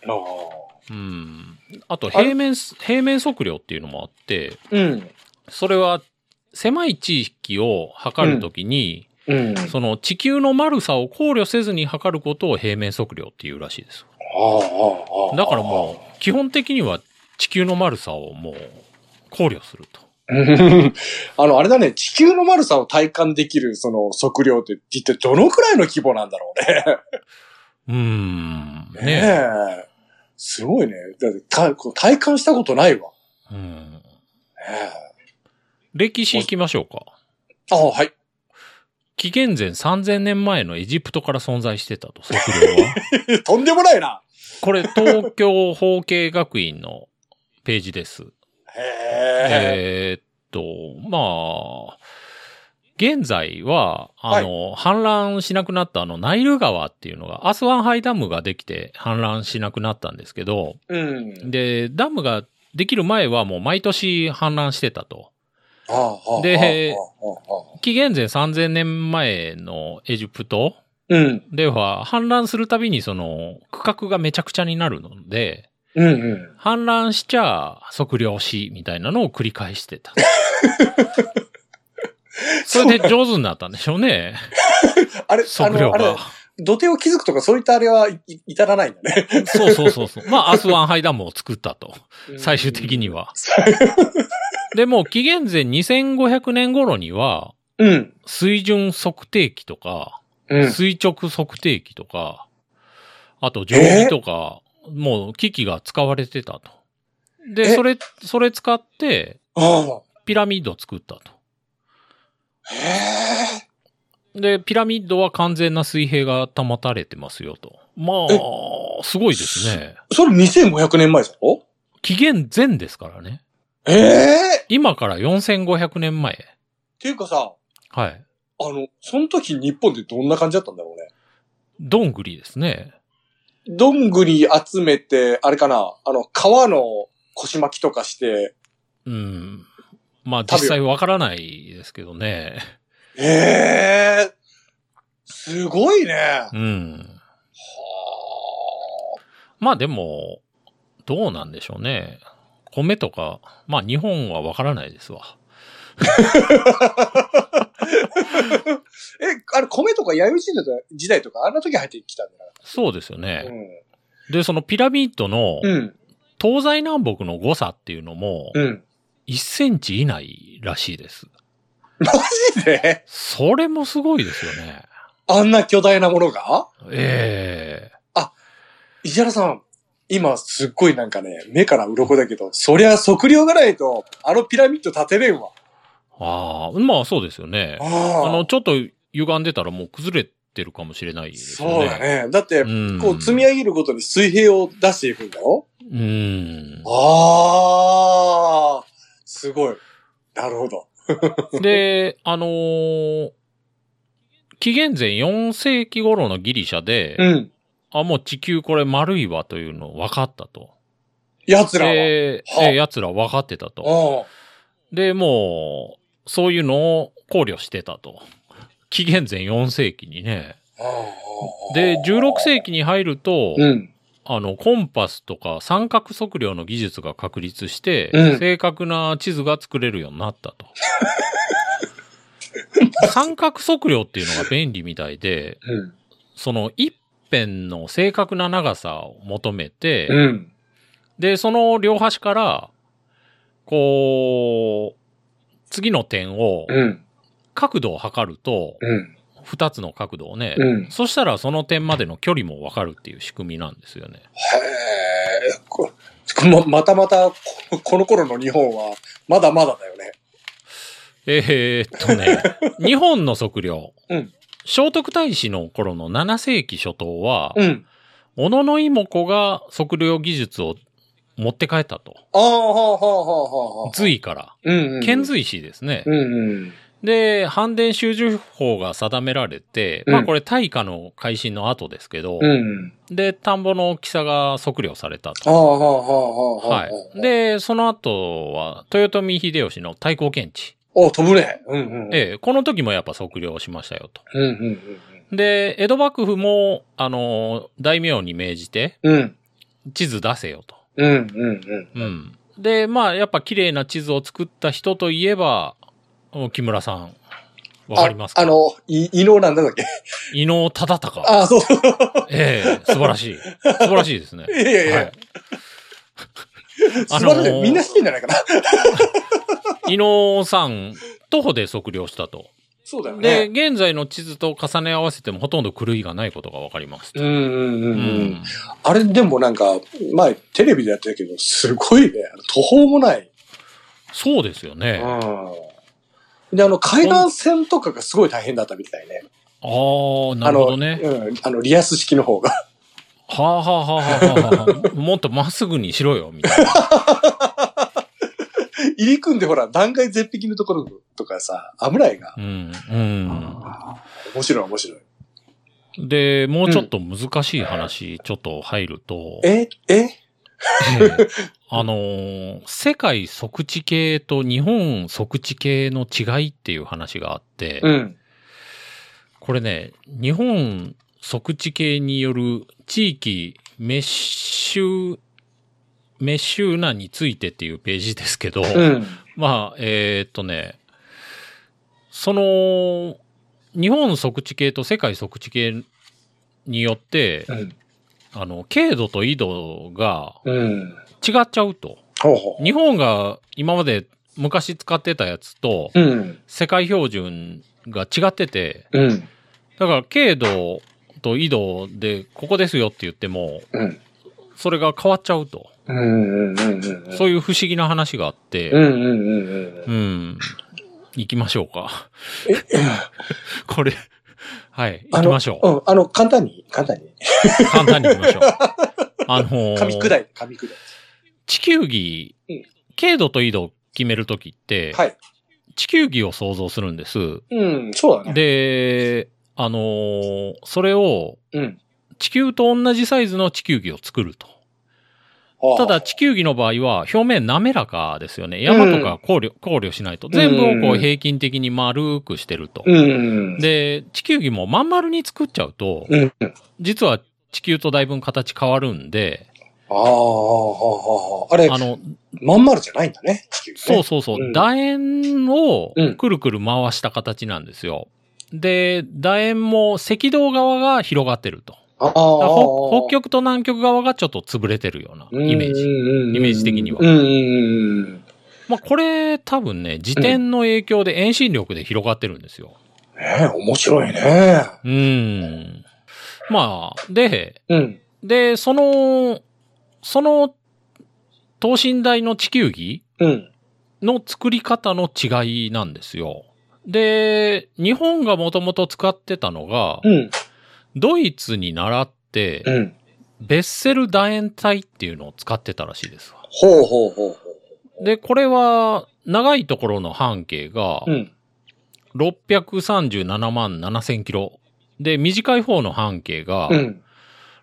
Speaker 2: ああ。
Speaker 3: うん。あと平面す、平面測量っていうのもあって、
Speaker 2: うん。
Speaker 3: それは狭い地域を測るときに、
Speaker 2: うん。
Speaker 3: その地球の丸さを考慮せずに測ることを平面測量っていうらしいです。
Speaker 2: ああ、
Speaker 3: だからもう、基本的には地球の丸さをもう考慮すると。
Speaker 2: うん あの、あれだね、地球の丸さを体感できる、その、測量って、一体どのくらいの規模なんだろうね。
Speaker 3: うーん。
Speaker 2: ね
Speaker 3: ね
Speaker 2: え。すごいね。だってたこう体感したことないわ。
Speaker 3: うん。
Speaker 2: ね
Speaker 3: 歴史行きましょうか。
Speaker 2: えあはい。
Speaker 3: 紀元前3000年前のエジプトから存在してたと、測 量は。
Speaker 2: とんでもないな。
Speaker 3: これ、東京法経学院のページです。
Speaker 2: へえ。
Speaker 3: えーっと、まあ、現在は、あの、氾濫しなくなったあの、ナイル川っていうのが、アスワンハイダムができて氾濫しなくなったんですけど、
Speaker 2: うん。
Speaker 3: で、ダムができる前はもう毎年氾濫してたと。
Speaker 2: ああああ
Speaker 3: で
Speaker 2: ああああ
Speaker 3: 紀元前3000年前のエジプト
Speaker 2: うん。
Speaker 3: では、氾濫するたびにその、区画がめちゃくちゃになるので、
Speaker 2: うんうん。
Speaker 3: 氾濫しちゃ測量し、みたいなのを繰り返して た。それで上手になったんでしょうね、
Speaker 2: あれ、あ
Speaker 3: 測量
Speaker 2: の、あれ
Speaker 3: が、。
Speaker 2: 土手を築くとかそういったあれはいい至らないんだね。
Speaker 3: そうそうそうそう。まあ、アスワンハイダムを作ったと。最終的に
Speaker 2: は。
Speaker 3: は。でも、紀元前2500年頃には、
Speaker 2: うん。
Speaker 3: 水準測定器とか、
Speaker 2: うん。
Speaker 3: 垂直測定器とか、あと定規とか、もう機器が使われてたと。で、
Speaker 2: え
Speaker 3: それ、それ使って、
Speaker 2: あ
Speaker 3: ピラミッドを作ったと。
Speaker 2: あ。へえ。
Speaker 3: で、ピラミッドは完全な水平が保たれてますよと。まあ、すごいですね。
Speaker 2: それ2500年前じゃろ
Speaker 3: 紀元前ですからね。
Speaker 2: ええ。っ
Speaker 3: 今から4500年前。
Speaker 2: ていうかさ、
Speaker 3: はい。
Speaker 2: あの、その時日本ってどんな感じだったんだろうね。
Speaker 3: どんぐりですね。
Speaker 2: どんぐり集めて、あれかな、あの、川の腰巻きとかして、
Speaker 3: うん。まあ
Speaker 2: 多
Speaker 3: 実
Speaker 2: 分
Speaker 3: 際わからないですけどね。
Speaker 2: ええすごいね。
Speaker 3: うん。まあでも、どうなんでしょうね。米とか、まあ日本はわからないですわ。
Speaker 2: え、あれ、米とか弥生時代とか時代とか、あんな時入ってきたんだか
Speaker 3: そうですよ
Speaker 2: ら。う
Speaker 3: ね。
Speaker 2: ん。
Speaker 3: で、そのピラミッドの
Speaker 2: うん。
Speaker 3: 東西南北の誤差っていうのも、
Speaker 2: うん。
Speaker 3: 1センチ以内らしいです。
Speaker 2: で、
Speaker 3: それもすごいですよね。
Speaker 2: あんな巨大なものが
Speaker 3: ええ
Speaker 2: 石原さん、今すっごいなんかね、目から鱗だけど、そりゃ測量がないと、あのピラミッド建てれんわ。
Speaker 3: ああ、まあそうですよね。
Speaker 2: あ
Speaker 3: あ
Speaker 2: あ
Speaker 3: の、ちょっと歪んでたらもう崩れてるかもしれないですよね。
Speaker 2: そうだ。ね。だって、
Speaker 3: うん。
Speaker 2: こう積み上げることに水平を出していくんだろ
Speaker 3: うん。
Speaker 2: ああ、すごい。なるほど。
Speaker 3: で、あのー紀元前4世紀頃のギリシャで、
Speaker 2: うん。
Speaker 3: あ、もう地球これ丸いわというの分かったと。
Speaker 2: 奴らは。
Speaker 3: で、
Speaker 2: はあ
Speaker 3: え奴ら分かってたと。
Speaker 2: あ
Speaker 3: で、もう、そういうのを考慮してたと。紀元前4世紀にね。
Speaker 2: あああ
Speaker 3: で、16世紀に入ると、
Speaker 2: うん。
Speaker 3: あの、コンパスとか三角測量の技術が確立して、
Speaker 2: うん
Speaker 3: 正確な地図が作れるようになったと。 三角測量っていうのが便利みたいで、
Speaker 2: うん。
Speaker 3: その一辺の正確な長さを求めて、
Speaker 2: うん。
Speaker 3: で、その両端から、こう、次の点を
Speaker 2: うん。
Speaker 3: 角度を測ると、
Speaker 2: うん。
Speaker 3: 二つの角度をね、
Speaker 2: うん。
Speaker 3: そしたらその点までの距離もわかるっていう仕組みなんですよね。
Speaker 2: へえ、こ ま、またまた、ここの頃の日本は、まだまだだよね。
Speaker 3: えーっとね、 日本の測量。
Speaker 2: うん
Speaker 3: 聖徳太子の頃の7世紀初頭は、
Speaker 2: ん。
Speaker 3: 小野の妹子が測量技術を持って帰ったと。
Speaker 2: ああ、はあ、はあ、はあ、はあ。
Speaker 3: 隋から。
Speaker 2: うん、うん。
Speaker 3: 遣隋使ですね。
Speaker 2: うん、うん。
Speaker 3: で、反伝修正法が定められて、
Speaker 2: う
Speaker 3: まあ
Speaker 2: ん
Speaker 3: これ大化の改新の後ですけど、
Speaker 2: うん。
Speaker 3: で、田んぼの大きさが測量されたと。
Speaker 2: ああ、はあ、はあ、はあ。
Speaker 3: は
Speaker 2: はあ
Speaker 3: い。、で、その後は、豊臣秀吉の太閤検地。
Speaker 2: お、飛ぶね。うん、うん。
Speaker 3: ええ、この時もやっぱ測量しましたよと。
Speaker 2: うん、うん、
Speaker 3: で、江戸幕府も、あの、大名に命じて、
Speaker 2: うん。うん、
Speaker 3: 地図出せよと。
Speaker 2: うん、うん、
Speaker 3: う
Speaker 2: うん。
Speaker 3: ん。で、まあ、やっぱ綺麗な地図を作った人といえば、お木村さん、わかりますか
Speaker 2: ああ、の、い、異能なんだっけ
Speaker 3: 伊能忠敬。
Speaker 2: ああ、そう そう。
Speaker 3: ええ素晴らしい。素晴らしいですね。
Speaker 2: いやいやいや、
Speaker 3: はい。
Speaker 2: 素晴らしい。みんな好きじゃないかな。
Speaker 3: 伊能さん、徒歩で測量したと。
Speaker 2: そうだよ
Speaker 3: で、
Speaker 2: ね。
Speaker 3: 現在の地図と重ね合わせてもほとんど狂いがないことがわかります
Speaker 2: う
Speaker 3: と。
Speaker 2: ん、うん、う。
Speaker 3: うん
Speaker 2: うん、あれでもなんか、前、テレビでやってたけど、すごいね。途方もない。
Speaker 3: そうですよね。
Speaker 2: うん。で、あの、海岸線とかがすごい大変だったみたいね。
Speaker 3: ああ、なるほどね。
Speaker 2: あの、うん、あの、リアス式の方が。
Speaker 3: はあはあはあはあはあ、もっとまっすぐにしろよ、みたいな。
Speaker 2: 入り組んでほら、断崖絶壁のところとかさ、危ないが。
Speaker 3: うん、うん。
Speaker 2: 面白い面白い。
Speaker 3: で、もうちょっと難しい話、ちょっと入ると、
Speaker 2: え、え
Speaker 3: ええあのー世界測地系と日本測地系の違いっていう話があって、
Speaker 2: うん。
Speaker 3: これね、日本測地系による地域滅臭、滅臭難についてっていうページですけど、
Speaker 2: うん。
Speaker 3: まあ、えーっとね、その、日本測地系と世界測地系によって、
Speaker 2: うん。
Speaker 3: あの、経度と緯度が
Speaker 2: うん。
Speaker 3: 違っちゃうと。
Speaker 2: ほうほ
Speaker 3: 日本が今まで昔使ってたやつと
Speaker 2: う。、うん。
Speaker 3: 世界標準が違ってて、
Speaker 2: うん。
Speaker 3: だから経度と緯度で、ここですよって言っても、
Speaker 2: うん。
Speaker 3: それが変わっちゃうと。
Speaker 2: うん。うん。うん。
Speaker 3: そういう不思議な話があって、
Speaker 2: うん。うん。うん。うん
Speaker 3: う。ん。行きましょうか。 これ、はい、行
Speaker 2: あ
Speaker 3: き
Speaker 2: の
Speaker 3: ましょ
Speaker 2: うん。あの、簡単に、簡単に。
Speaker 3: う。簡単に行きま しょう。あのー
Speaker 2: 噛み砕いて、噛み砕い
Speaker 3: 地球儀
Speaker 2: うん、
Speaker 3: 経度と緯度を決めるときって、
Speaker 2: て。はい。
Speaker 3: 地球儀を想像するんです。
Speaker 2: うん、そうだね。
Speaker 3: で、あのーそれを
Speaker 2: うん。
Speaker 3: 地球と同じサイズの地球儀を作ると。
Speaker 2: はあ
Speaker 3: ただ、地球儀の場合は表面滑らかですよね。山とか考慮,、考慮しないと。全部をこう平均的に丸くしてると。
Speaker 2: うん。
Speaker 3: で、地球儀もまん丸に作っちゃうと、
Speaker 2: うん。
Speaker 3: 実は地球とだいぶん形変わるんで、
Speaker 2: ああ、はあ、はあ、はあ。あれ、
Speaker 3: あの、
Speaker 2: まん丸じゃないんだね。地球ね
Speaker 3: そうそうそうう、
Speaker 2: ん
Speaker 3: 楕円を
Speaker 2: うん
Speaker 3: くるくる回した形なんですよ。で、楕円も赤道側が広がってると。
Speaker 2: ああ
Speaker 3: だから北北極と南極側がちょっと潰れてるようなイメージ。
Speaker 2: ジ
Speaker 3: イメージ的には
Speaker 2: うんうんうん。
Speaker 3: まあこれ多分ね、自転の影響で遠心力で広がってるんですよ。
Speaker 2: ええ、面白いね。
Speaker 3: うん。まあ、で、
Speaker 2: うん。
Speaker 3: で、その、その、等身大の地球儀
Speaker 2: うん。
Speaker 3: の作り方の違いなんですよ。で、日本がもともと使ってたのが
Speaker 2: う、ん。
Speaker 3: ドイツに習って、
Speaker 2: うん。
Speaker 3: ベッセル楕円体っていうのを使ってたらしいですわ。
Speaker 2: ほうほうほうほう。
Speaker 3: で、これは、長いところの半径が
Speaker 2: うん。
Speaker 3: 637万7000キロ。で、短い方の半径が
Speaker 2: うん。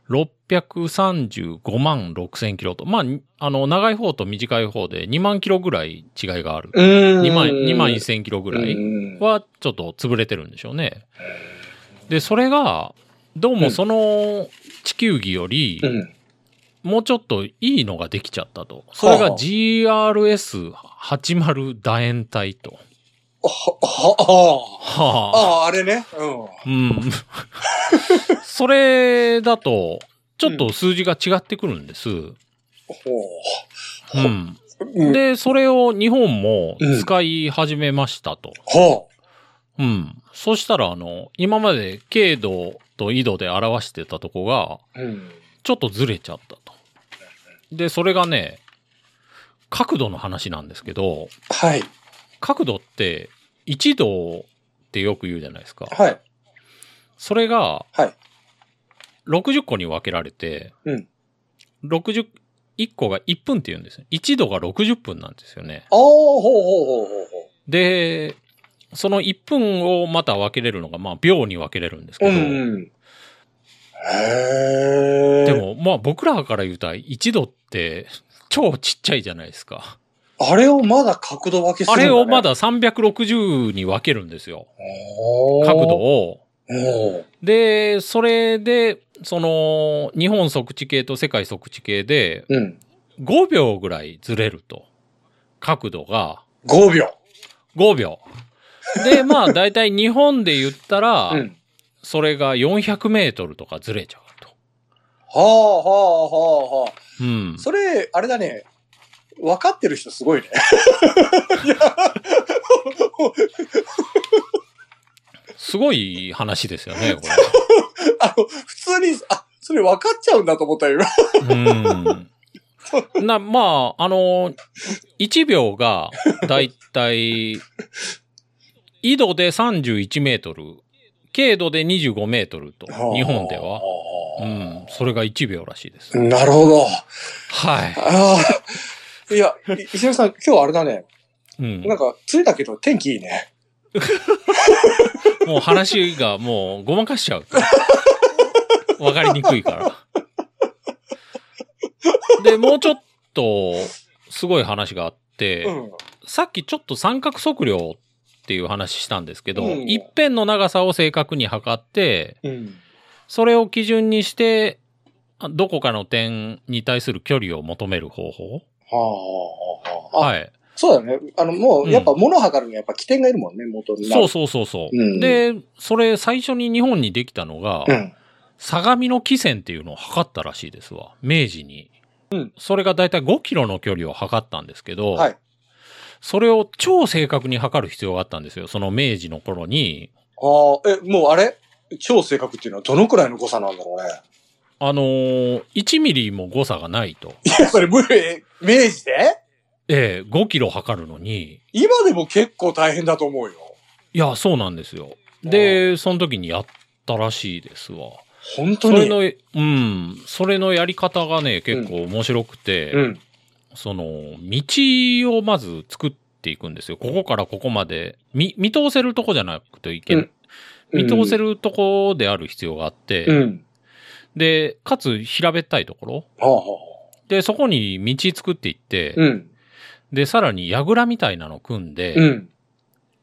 Speaker 3: 635万6000キロと。まあに、あの、長い方と短い方で2万キロぐらい違いがある。
Speaker 2: うん。
Speaker 3: 2万、2万1000キロぐらい。
Speaker 2: うん
Speaker 3: はちょっと潰れてるんでしょうね。で、それが、どうもその地球儀より
Speaker 2: う、ん。
Speaker 3: もうちょっといいのができちゃったと。それが
Speaker 2: はあ
Speaker 3: GRS80 楕円体と。
Speaker 2: は、は、あ
Speaker 3: はあ。
Speaker 2: あ、あれね。うん。
Speaker 3: うん。 それだと、ちょっと数字が違ってくるんです。
Speaker 2: ほ
Speaker 3: うん。
Speaker 2: う。うん。
Speaker 3: で、それを日本も使い始めましたと。
Speaker 2: は
Speaker 3: うん。そしたら、あの、今まで経度と緯度で表してたとこが、
Speaker 2: あ。うん。
Speaker 3: ちょっとずれちゃったと。で、それがね、角度の話なんですけど、
Speaker 2: はい。
Speaker 3: 角度って1度ってよく言うじゃないですか。
Speaker 2: はい。
Speaker 3: それが
Speaker 2: はい。
Speaker 3: 60個に分けられて、
Speaker 2: うん。
Speaker 3: 60、1個が1分って言うんですよ。1度が60分なんですよね。
Speaker 2: ああ、ほうほうほうほうほ
Speaker 3: で、その1分をまた分けれるのが、まあ秒に分けれるんですけ
Speaker 2: う。
Speaker 3: ど、
Speaker 2: うん。へえ。
Speaker 3: で、もまあ僕らから言うと1度って 超ちっちゃいじゃないですか。
Speaker 2: あれをまだ角度分けする
Speaker 3: あ
Speaker 2: んだ、ね、
Speaker 3: れをまだ360に分けるんですよ。
Speaker 2: おー、
Speaker 3: 角度を。
Speaker 2: おー
Speaker 3: で、それで、その、日本測地計と世界測地計で、
Speaker 2: うん。
Speaker 3: 5秒ぐらいずれると。角度が
Speaker 2: 5秒。
Speaker 3: 5秒。で、まあ、だいたい日本で言ったら、
Speaker 2: うん。
Speaker 3: それが400メートルとかずれちゃうと。
Speaker 2: はあはあはあはあ。
Speaker 3: うん。
Speaker 2: それ、あれだね。分かってる人すごいね。
Speaker 3: すごい話ですよ ね、こ
Speaker 2: あの、普通に、あ、それ分かっちゃうんだと思ったよ、今。
Speaker 3: れ。うん。な、まあ、あの、1秒が、だいたい、緯度で31メートル、経度で25メートルと、 日本では。うん、それが1秒らしいです。
Speaker 2: なるほど。
Speaker 3: はい。
Speaker 2: ああ。いや、い石山さん、今日あれだね。
Speaker 3: うん、
Speaker 2: なんか、着いたけど天気いいね。
Speaker 3: もう話がもうごまかしちゃう。わかりにくいから。で、もうちょっと、すごい話があって、
Speaker 2: うん。
Speaker 3: さっきちょっと三角測量っていう話したんですけど、
Speaker 2: うん
Speaker 3: 一辺の長さを正確に測って、
Speaker 2: うん。
Speaker 3: それを基準にして、あどこかの点に対する距離を求める方法
Speaker 2: はあはあはあ。あ、
Speaker 3: はい。
Speaker 2: そうだよね。あの、も
Speaker 3: う
Speaker 2: う、
Speaker 3: ん
Speaker 2: やっぱ物測るにはやっぱ起点がいるもんね、元にな。
Speaker 3: そうそうそうそう。
Speaker 2: うん
Speaker 3: で、それ最初に日本にできたのが、
Speaker 2: うん。
Speaker 3: 相模の汽船っていうのを測ったらしいですわ。明治に。
Speaker 2: うん
Speaker 3: それがだいたい5キロの距離を測ったんですけど、
Speaker 2: はい。
Speaker 3: それを超正確に測る必要があったんですよ。その明治の頃に。
Speaker 2: ああ、え、もうあれ超正確っていうのはどのくらいの誤差なんだろうね。
Speaker 3: あのー、1ミリも誤差がないと。
Speaker 2: いや、 それ無理、明治で
Speaker 3: ええ5キロ測るのに。
Speaker 2: 今でも結構大変だと思うよ。
Speaker 3: いや、そうなんですよ。で、その時にやったらしいですわ。
Speaker 2: 本当
Speaker 3: それ
Speaker 2: に。
Speaker 3: の、うん、それのやり方がね、結構面白くて、
Speaker 2: うん。
Speaker 3: その、道をまず作っていくんですよ。ここからここまで。見、見通せるとこじゃなくていけ、
Speaker 2: うん
Speaker 3: 見通せ
Speaker 2: る。
Speaker 3: るとこである必要があって、
Speaker 2: うん。
Speaker 3: で、かつ平べったいところ。
Speaker 2: はあはあ。
Speaker 3: で、そこに道作っていって、
Speaker 2: うん。
Speaker 3: で、さらに櫓みたいなの組んで、
Speaker 2: うん。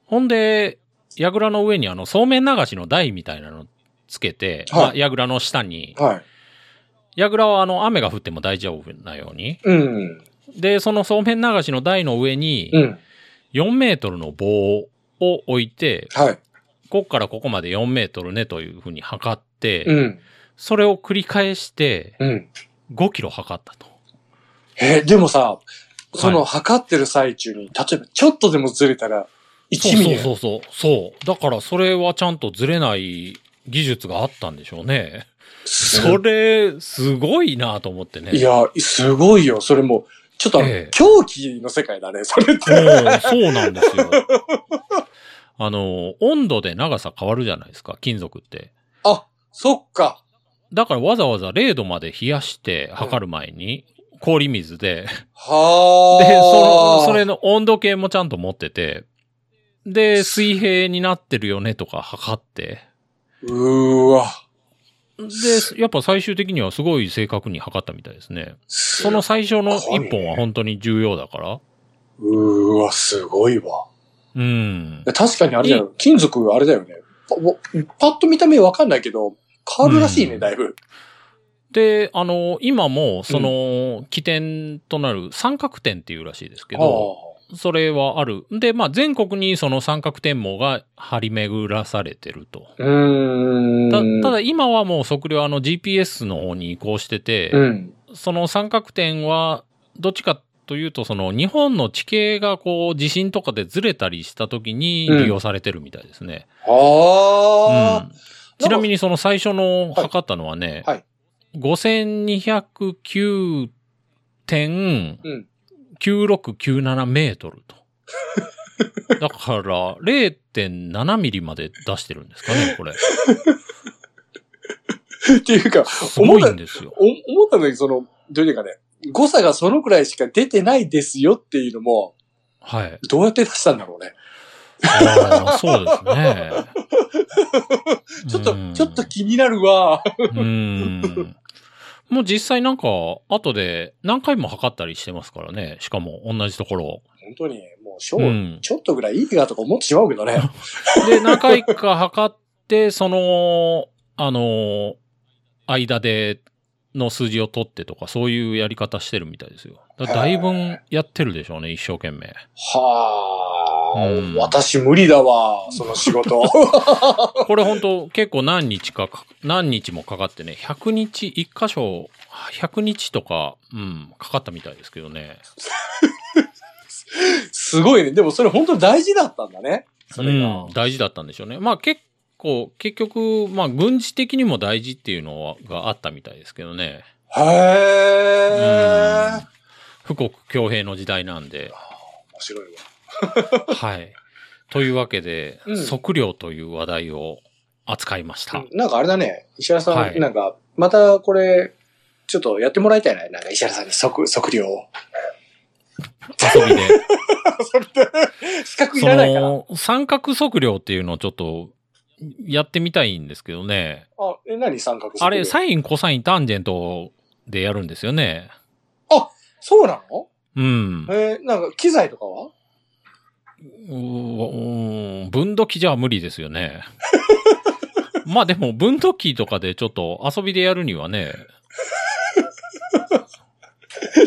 Speaker 3: ほんで、櫓の上にあの、そうめん流しの台みたいなのつけて、
Speaker 2: はい
Speaker 3: まあ、櫓の下に、
Speaker 2: はい。
Speaker 3: 櫓はあの、雨が降っても大丈夫なように、
Speaker 2: うん。
Speaker 3: で、そのそうめん流しの台の上に、
Speaker 2: うん。
Speaker 3: 4メートルの棒を置いて、
Speaker 2: はい。
Speaker 3: ここからここまで4メートルねというふうに測って、
Speaker 2: うん。
Speaker 3: それを繰り返して
Speaker 2: うん。
Speaker 3: 5キロ測ったと。
Speaker 2: え、でもさ、そ
Speaker 3: は
Speaker 2: の
Speaker 3: い
Speaker 2: 測ってる最中に、例えばちょっとでもずれたら、
Speaker 3: そう
Speaker 2: 1ミリ。
Speaker 3: そうそうそう。そう。だからそれはちゃんとずれない技術があったんでしょうね。
Speaker 2: す
Speaker 3: それ、すごいなと思ってね。
Speaker 2: いや、すごいよ。それもう、ちょっとあの、
Speaker 3: ええ
Speaker 2: 狂気の世界だね、それ って。
Speaker 3: もう、そうなんですよ。あの、温度で長さ変わるじゃないですか、金属って。
Speaker 2: あ、そっか。
Speaker 3: だからわざわざ0度まで冷やして測る前に、氷水で、
Speaker 2: はあ。
Speaker 3: で、その、
Speaker 2: あ
Speaker 3: それの温度計もちゃんと持ってて、で、水平になってるよねとか測って、
Speaker 2: うーわ。
Speaker 3: で、やっぱ最終的にはすごい正確に測ったみたいですね。
Speaker 2: そ
Speaker 3: その、最初の一本は本当に重要だから。
Speaker 2: うーわ、すごいわ。
Speaker 3: うん。
Speaker 2: 確かにあれだよ。金属あれだよね。パパッと見た目わかんないけど、変わるらしいね、
Speaker 3: うん
Speaker 2: だいぶ。
Speaker 3: で、あの、今も、その、起点となる三角点っていうらしいですけ
Speaker 2: ああ
Speaker 3: ど、それはある。で、まあ、全国にその三角点網が張り巡らされてると。
Speaker 2: うーん。
Speaker 3: たただ、今はもう測量あの GPS の方に移行してて、
Speaker 2: うん。
Speaker 3: その三角点は、どっちかというと、その日本の地形がこう、地震とかでずれたりした時に利用されてるみたいですね。うん
Speaker 2: ああ、
Speaker 3: ちなみにその最初の測ったのはね、
Speaker 2: はい
Speaker 3: 5209点、
Speaker 2: うん
Speaker 3: 9697メートルと。だから、0.7ミリまで出してるんですかね、これ。
Speaker 2: っていうか、
Speaker 3: すごいんですよ。
Speaker 2: お思ったのに、その、どういうかね、誤差がそのくらいしか出てないですよっていうのも、
Speaker 3: はい。
Speaker 2: どうやって出したんだろうね。
Speaker 3: あーそうで
Speaker 2: ち
Speaker 3: すね。
Speaker 2: ょっと
Speaker 3: うん、
Speaker 2: ちょっと気になるわ。
Speaker 3: うん。もう実際なんか、後で何回も測ったりしてますからね。しかも同じところを。
Speaker 2: 本当に、もう、しょう、
Speaker 3: うん
Speaker 2: ちょっとぐらいいいかとか思ってしまうけ どね。
Speaker 3: で、何回か測って、その、あの、間での数字を取ってとか、そういうやり方してるみたいですよ。だだいぶんやってるでしょうね、一生懸命。
Speaker 2: はあ、
Speaker 3: うん
Speaker 2: 私無理だわ、その仕事。
Speaker 3: これ本当結構何日かか、何日もかかってね、100日、一箇所、100日とか、うん、かかったみたいですけどね。
Speaker 2: すごいね。でもそれ本当に大事だったんだね。それが。
Speaker 3: うん、大事だったんでしょうね。まあ結構、結局、まあ軍事的にも大事っていうのはがあったみたいですけどね。
Speaker 2: へえ、
Speaker 3: うん富国強兵の時代なんで。
Speaker 2: 面白いわ。
Speaker 3: はい。というわけで、
Speaker 2: うん
Speaker 3: 測量という話題を扱いました。
Speaker 2: なんかあれだね、石原さん、
Speaker 3: はい
Speaker 2: なんか、またこれ、ちょっとやってもらいたいな。なんか石原さんに測、測量を。
Speaker 3: 遊びで。
Speaker 2: 資 格い
Speaker 3: そ
Speaker 2: らないから。
Speaker 3: の、三角測量っていうのをちょっと、やってみたいんですけどね。
Speaker 2: あ、え、何三角測量
Speaker 3: あれ、サイン、コサイン、タンジェントでやるんですよね。
Speaker 2: そうなの
Speaker 3: うん。
Speaker 2: えーなんか機材とかは
Speaker 3: うーん、分度器じゃ無理ですよね。 まあでも、分度器とかでちょっと遊びでやるにはね、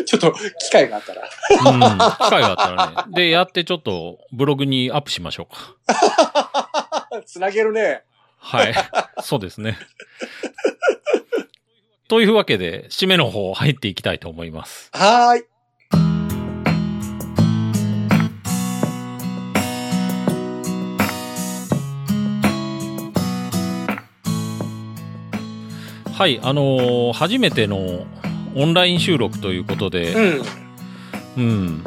Speaker 2: ちょっと機会があったら。
Speaker 3: うん、機会があったらね。で、やってちょっとブログにアップしましょうか。
Speaker 2: つなげるね。
Speaker 3: はい。そうですね。というわけで、締めの方入っていきたいと思います。
Speaker 2: はーい。
Speaker 3: はい、あのー初めてのオンライン収録ということで、
Speaker 2: う
Speaker 3: うん、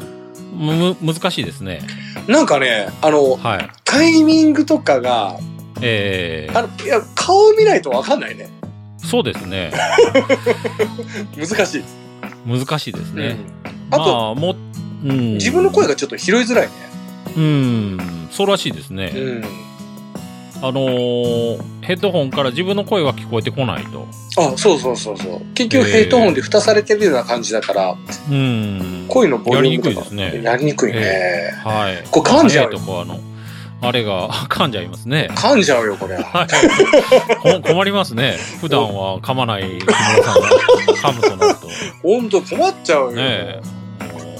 Speaker 3: む、む難しいですね。
Speaker 2: ん。なんかね、あの、
Speaker 3: はい。
Speaker 2: タイミングとかが、
Speaker 3: え
Speaker 2: あの、いや、顔を見ないとわかんないね。
Speaker 3: ー、そうですね。
Speaker 2: 難しい。
Speaker 3: 難しいですね。
Speaker 2: あ
Speaker 3: ま
Speaker 2: と
Speaker 3: あ、も、うん、
Speaker 2: 自分の声がちょっと拾いづらいね。
Speaker 3: うん、そうらしいですね。
Speaker 2: うん。
Speaker 3: あのーヘッドホンから自分の声は聞こえてこないと。
Speaker 2: あ、そうそうそうそう。結
Speaker 3: え
Speaker 2: 局
Speaker 3: ー
Speaker 2: ヘッドホンで蓋されてるような感じだから、
Speaker 3: うん。
Speaker 2: 声のボ
Speaker 3: やり
Speaker 2: リュー
Speaker 3: に
Speaker 2: ムとか
Speaker 3: くいですね。
Speaker 2: やりにくいね。
Speaker 3: はい。
Speaker 2: これ噛んじゃ
Speaker 3: 早いう
Speaker 2: よ。
Speaker 3: とこあの、あれが 噛んじゃいますね。
Speaker 2: 噛んじゃうよ、これ。
Speaker 3: はい。こ困りますね。普段は噛まない木村さんが噛むとなると。ね
Speaker 2: 温度困っちゃうよ。
Speaker 3: え。もうね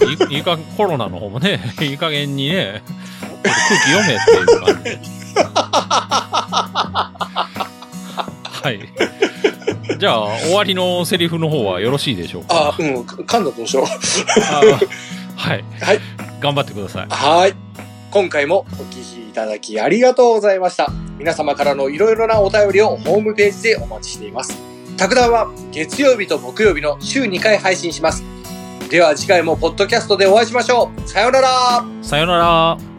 Speaker 3: え、いいいかコロナの方もね、 いい加減にね、ちょっと空気読めっていう感じで。はい。じゃあ、終わりのセリフの方はよろしいでしょうか。
Speaker 2: あ、うん、噛んだどうしよう。
Speaker 3: あはい。
Speaker 2: はい
Speaker 3: 頑張ってください。
Speaker 2: はい。今回もお聞きいただきありがとうございました。皆様からのいろいろなお便りをホームページでお待ちしています。タクダンは月曜日と木曜日の週2回配信します。では次回もポッドキャストでお会いしましょう。さようなら。
Speaker 3: さよなら。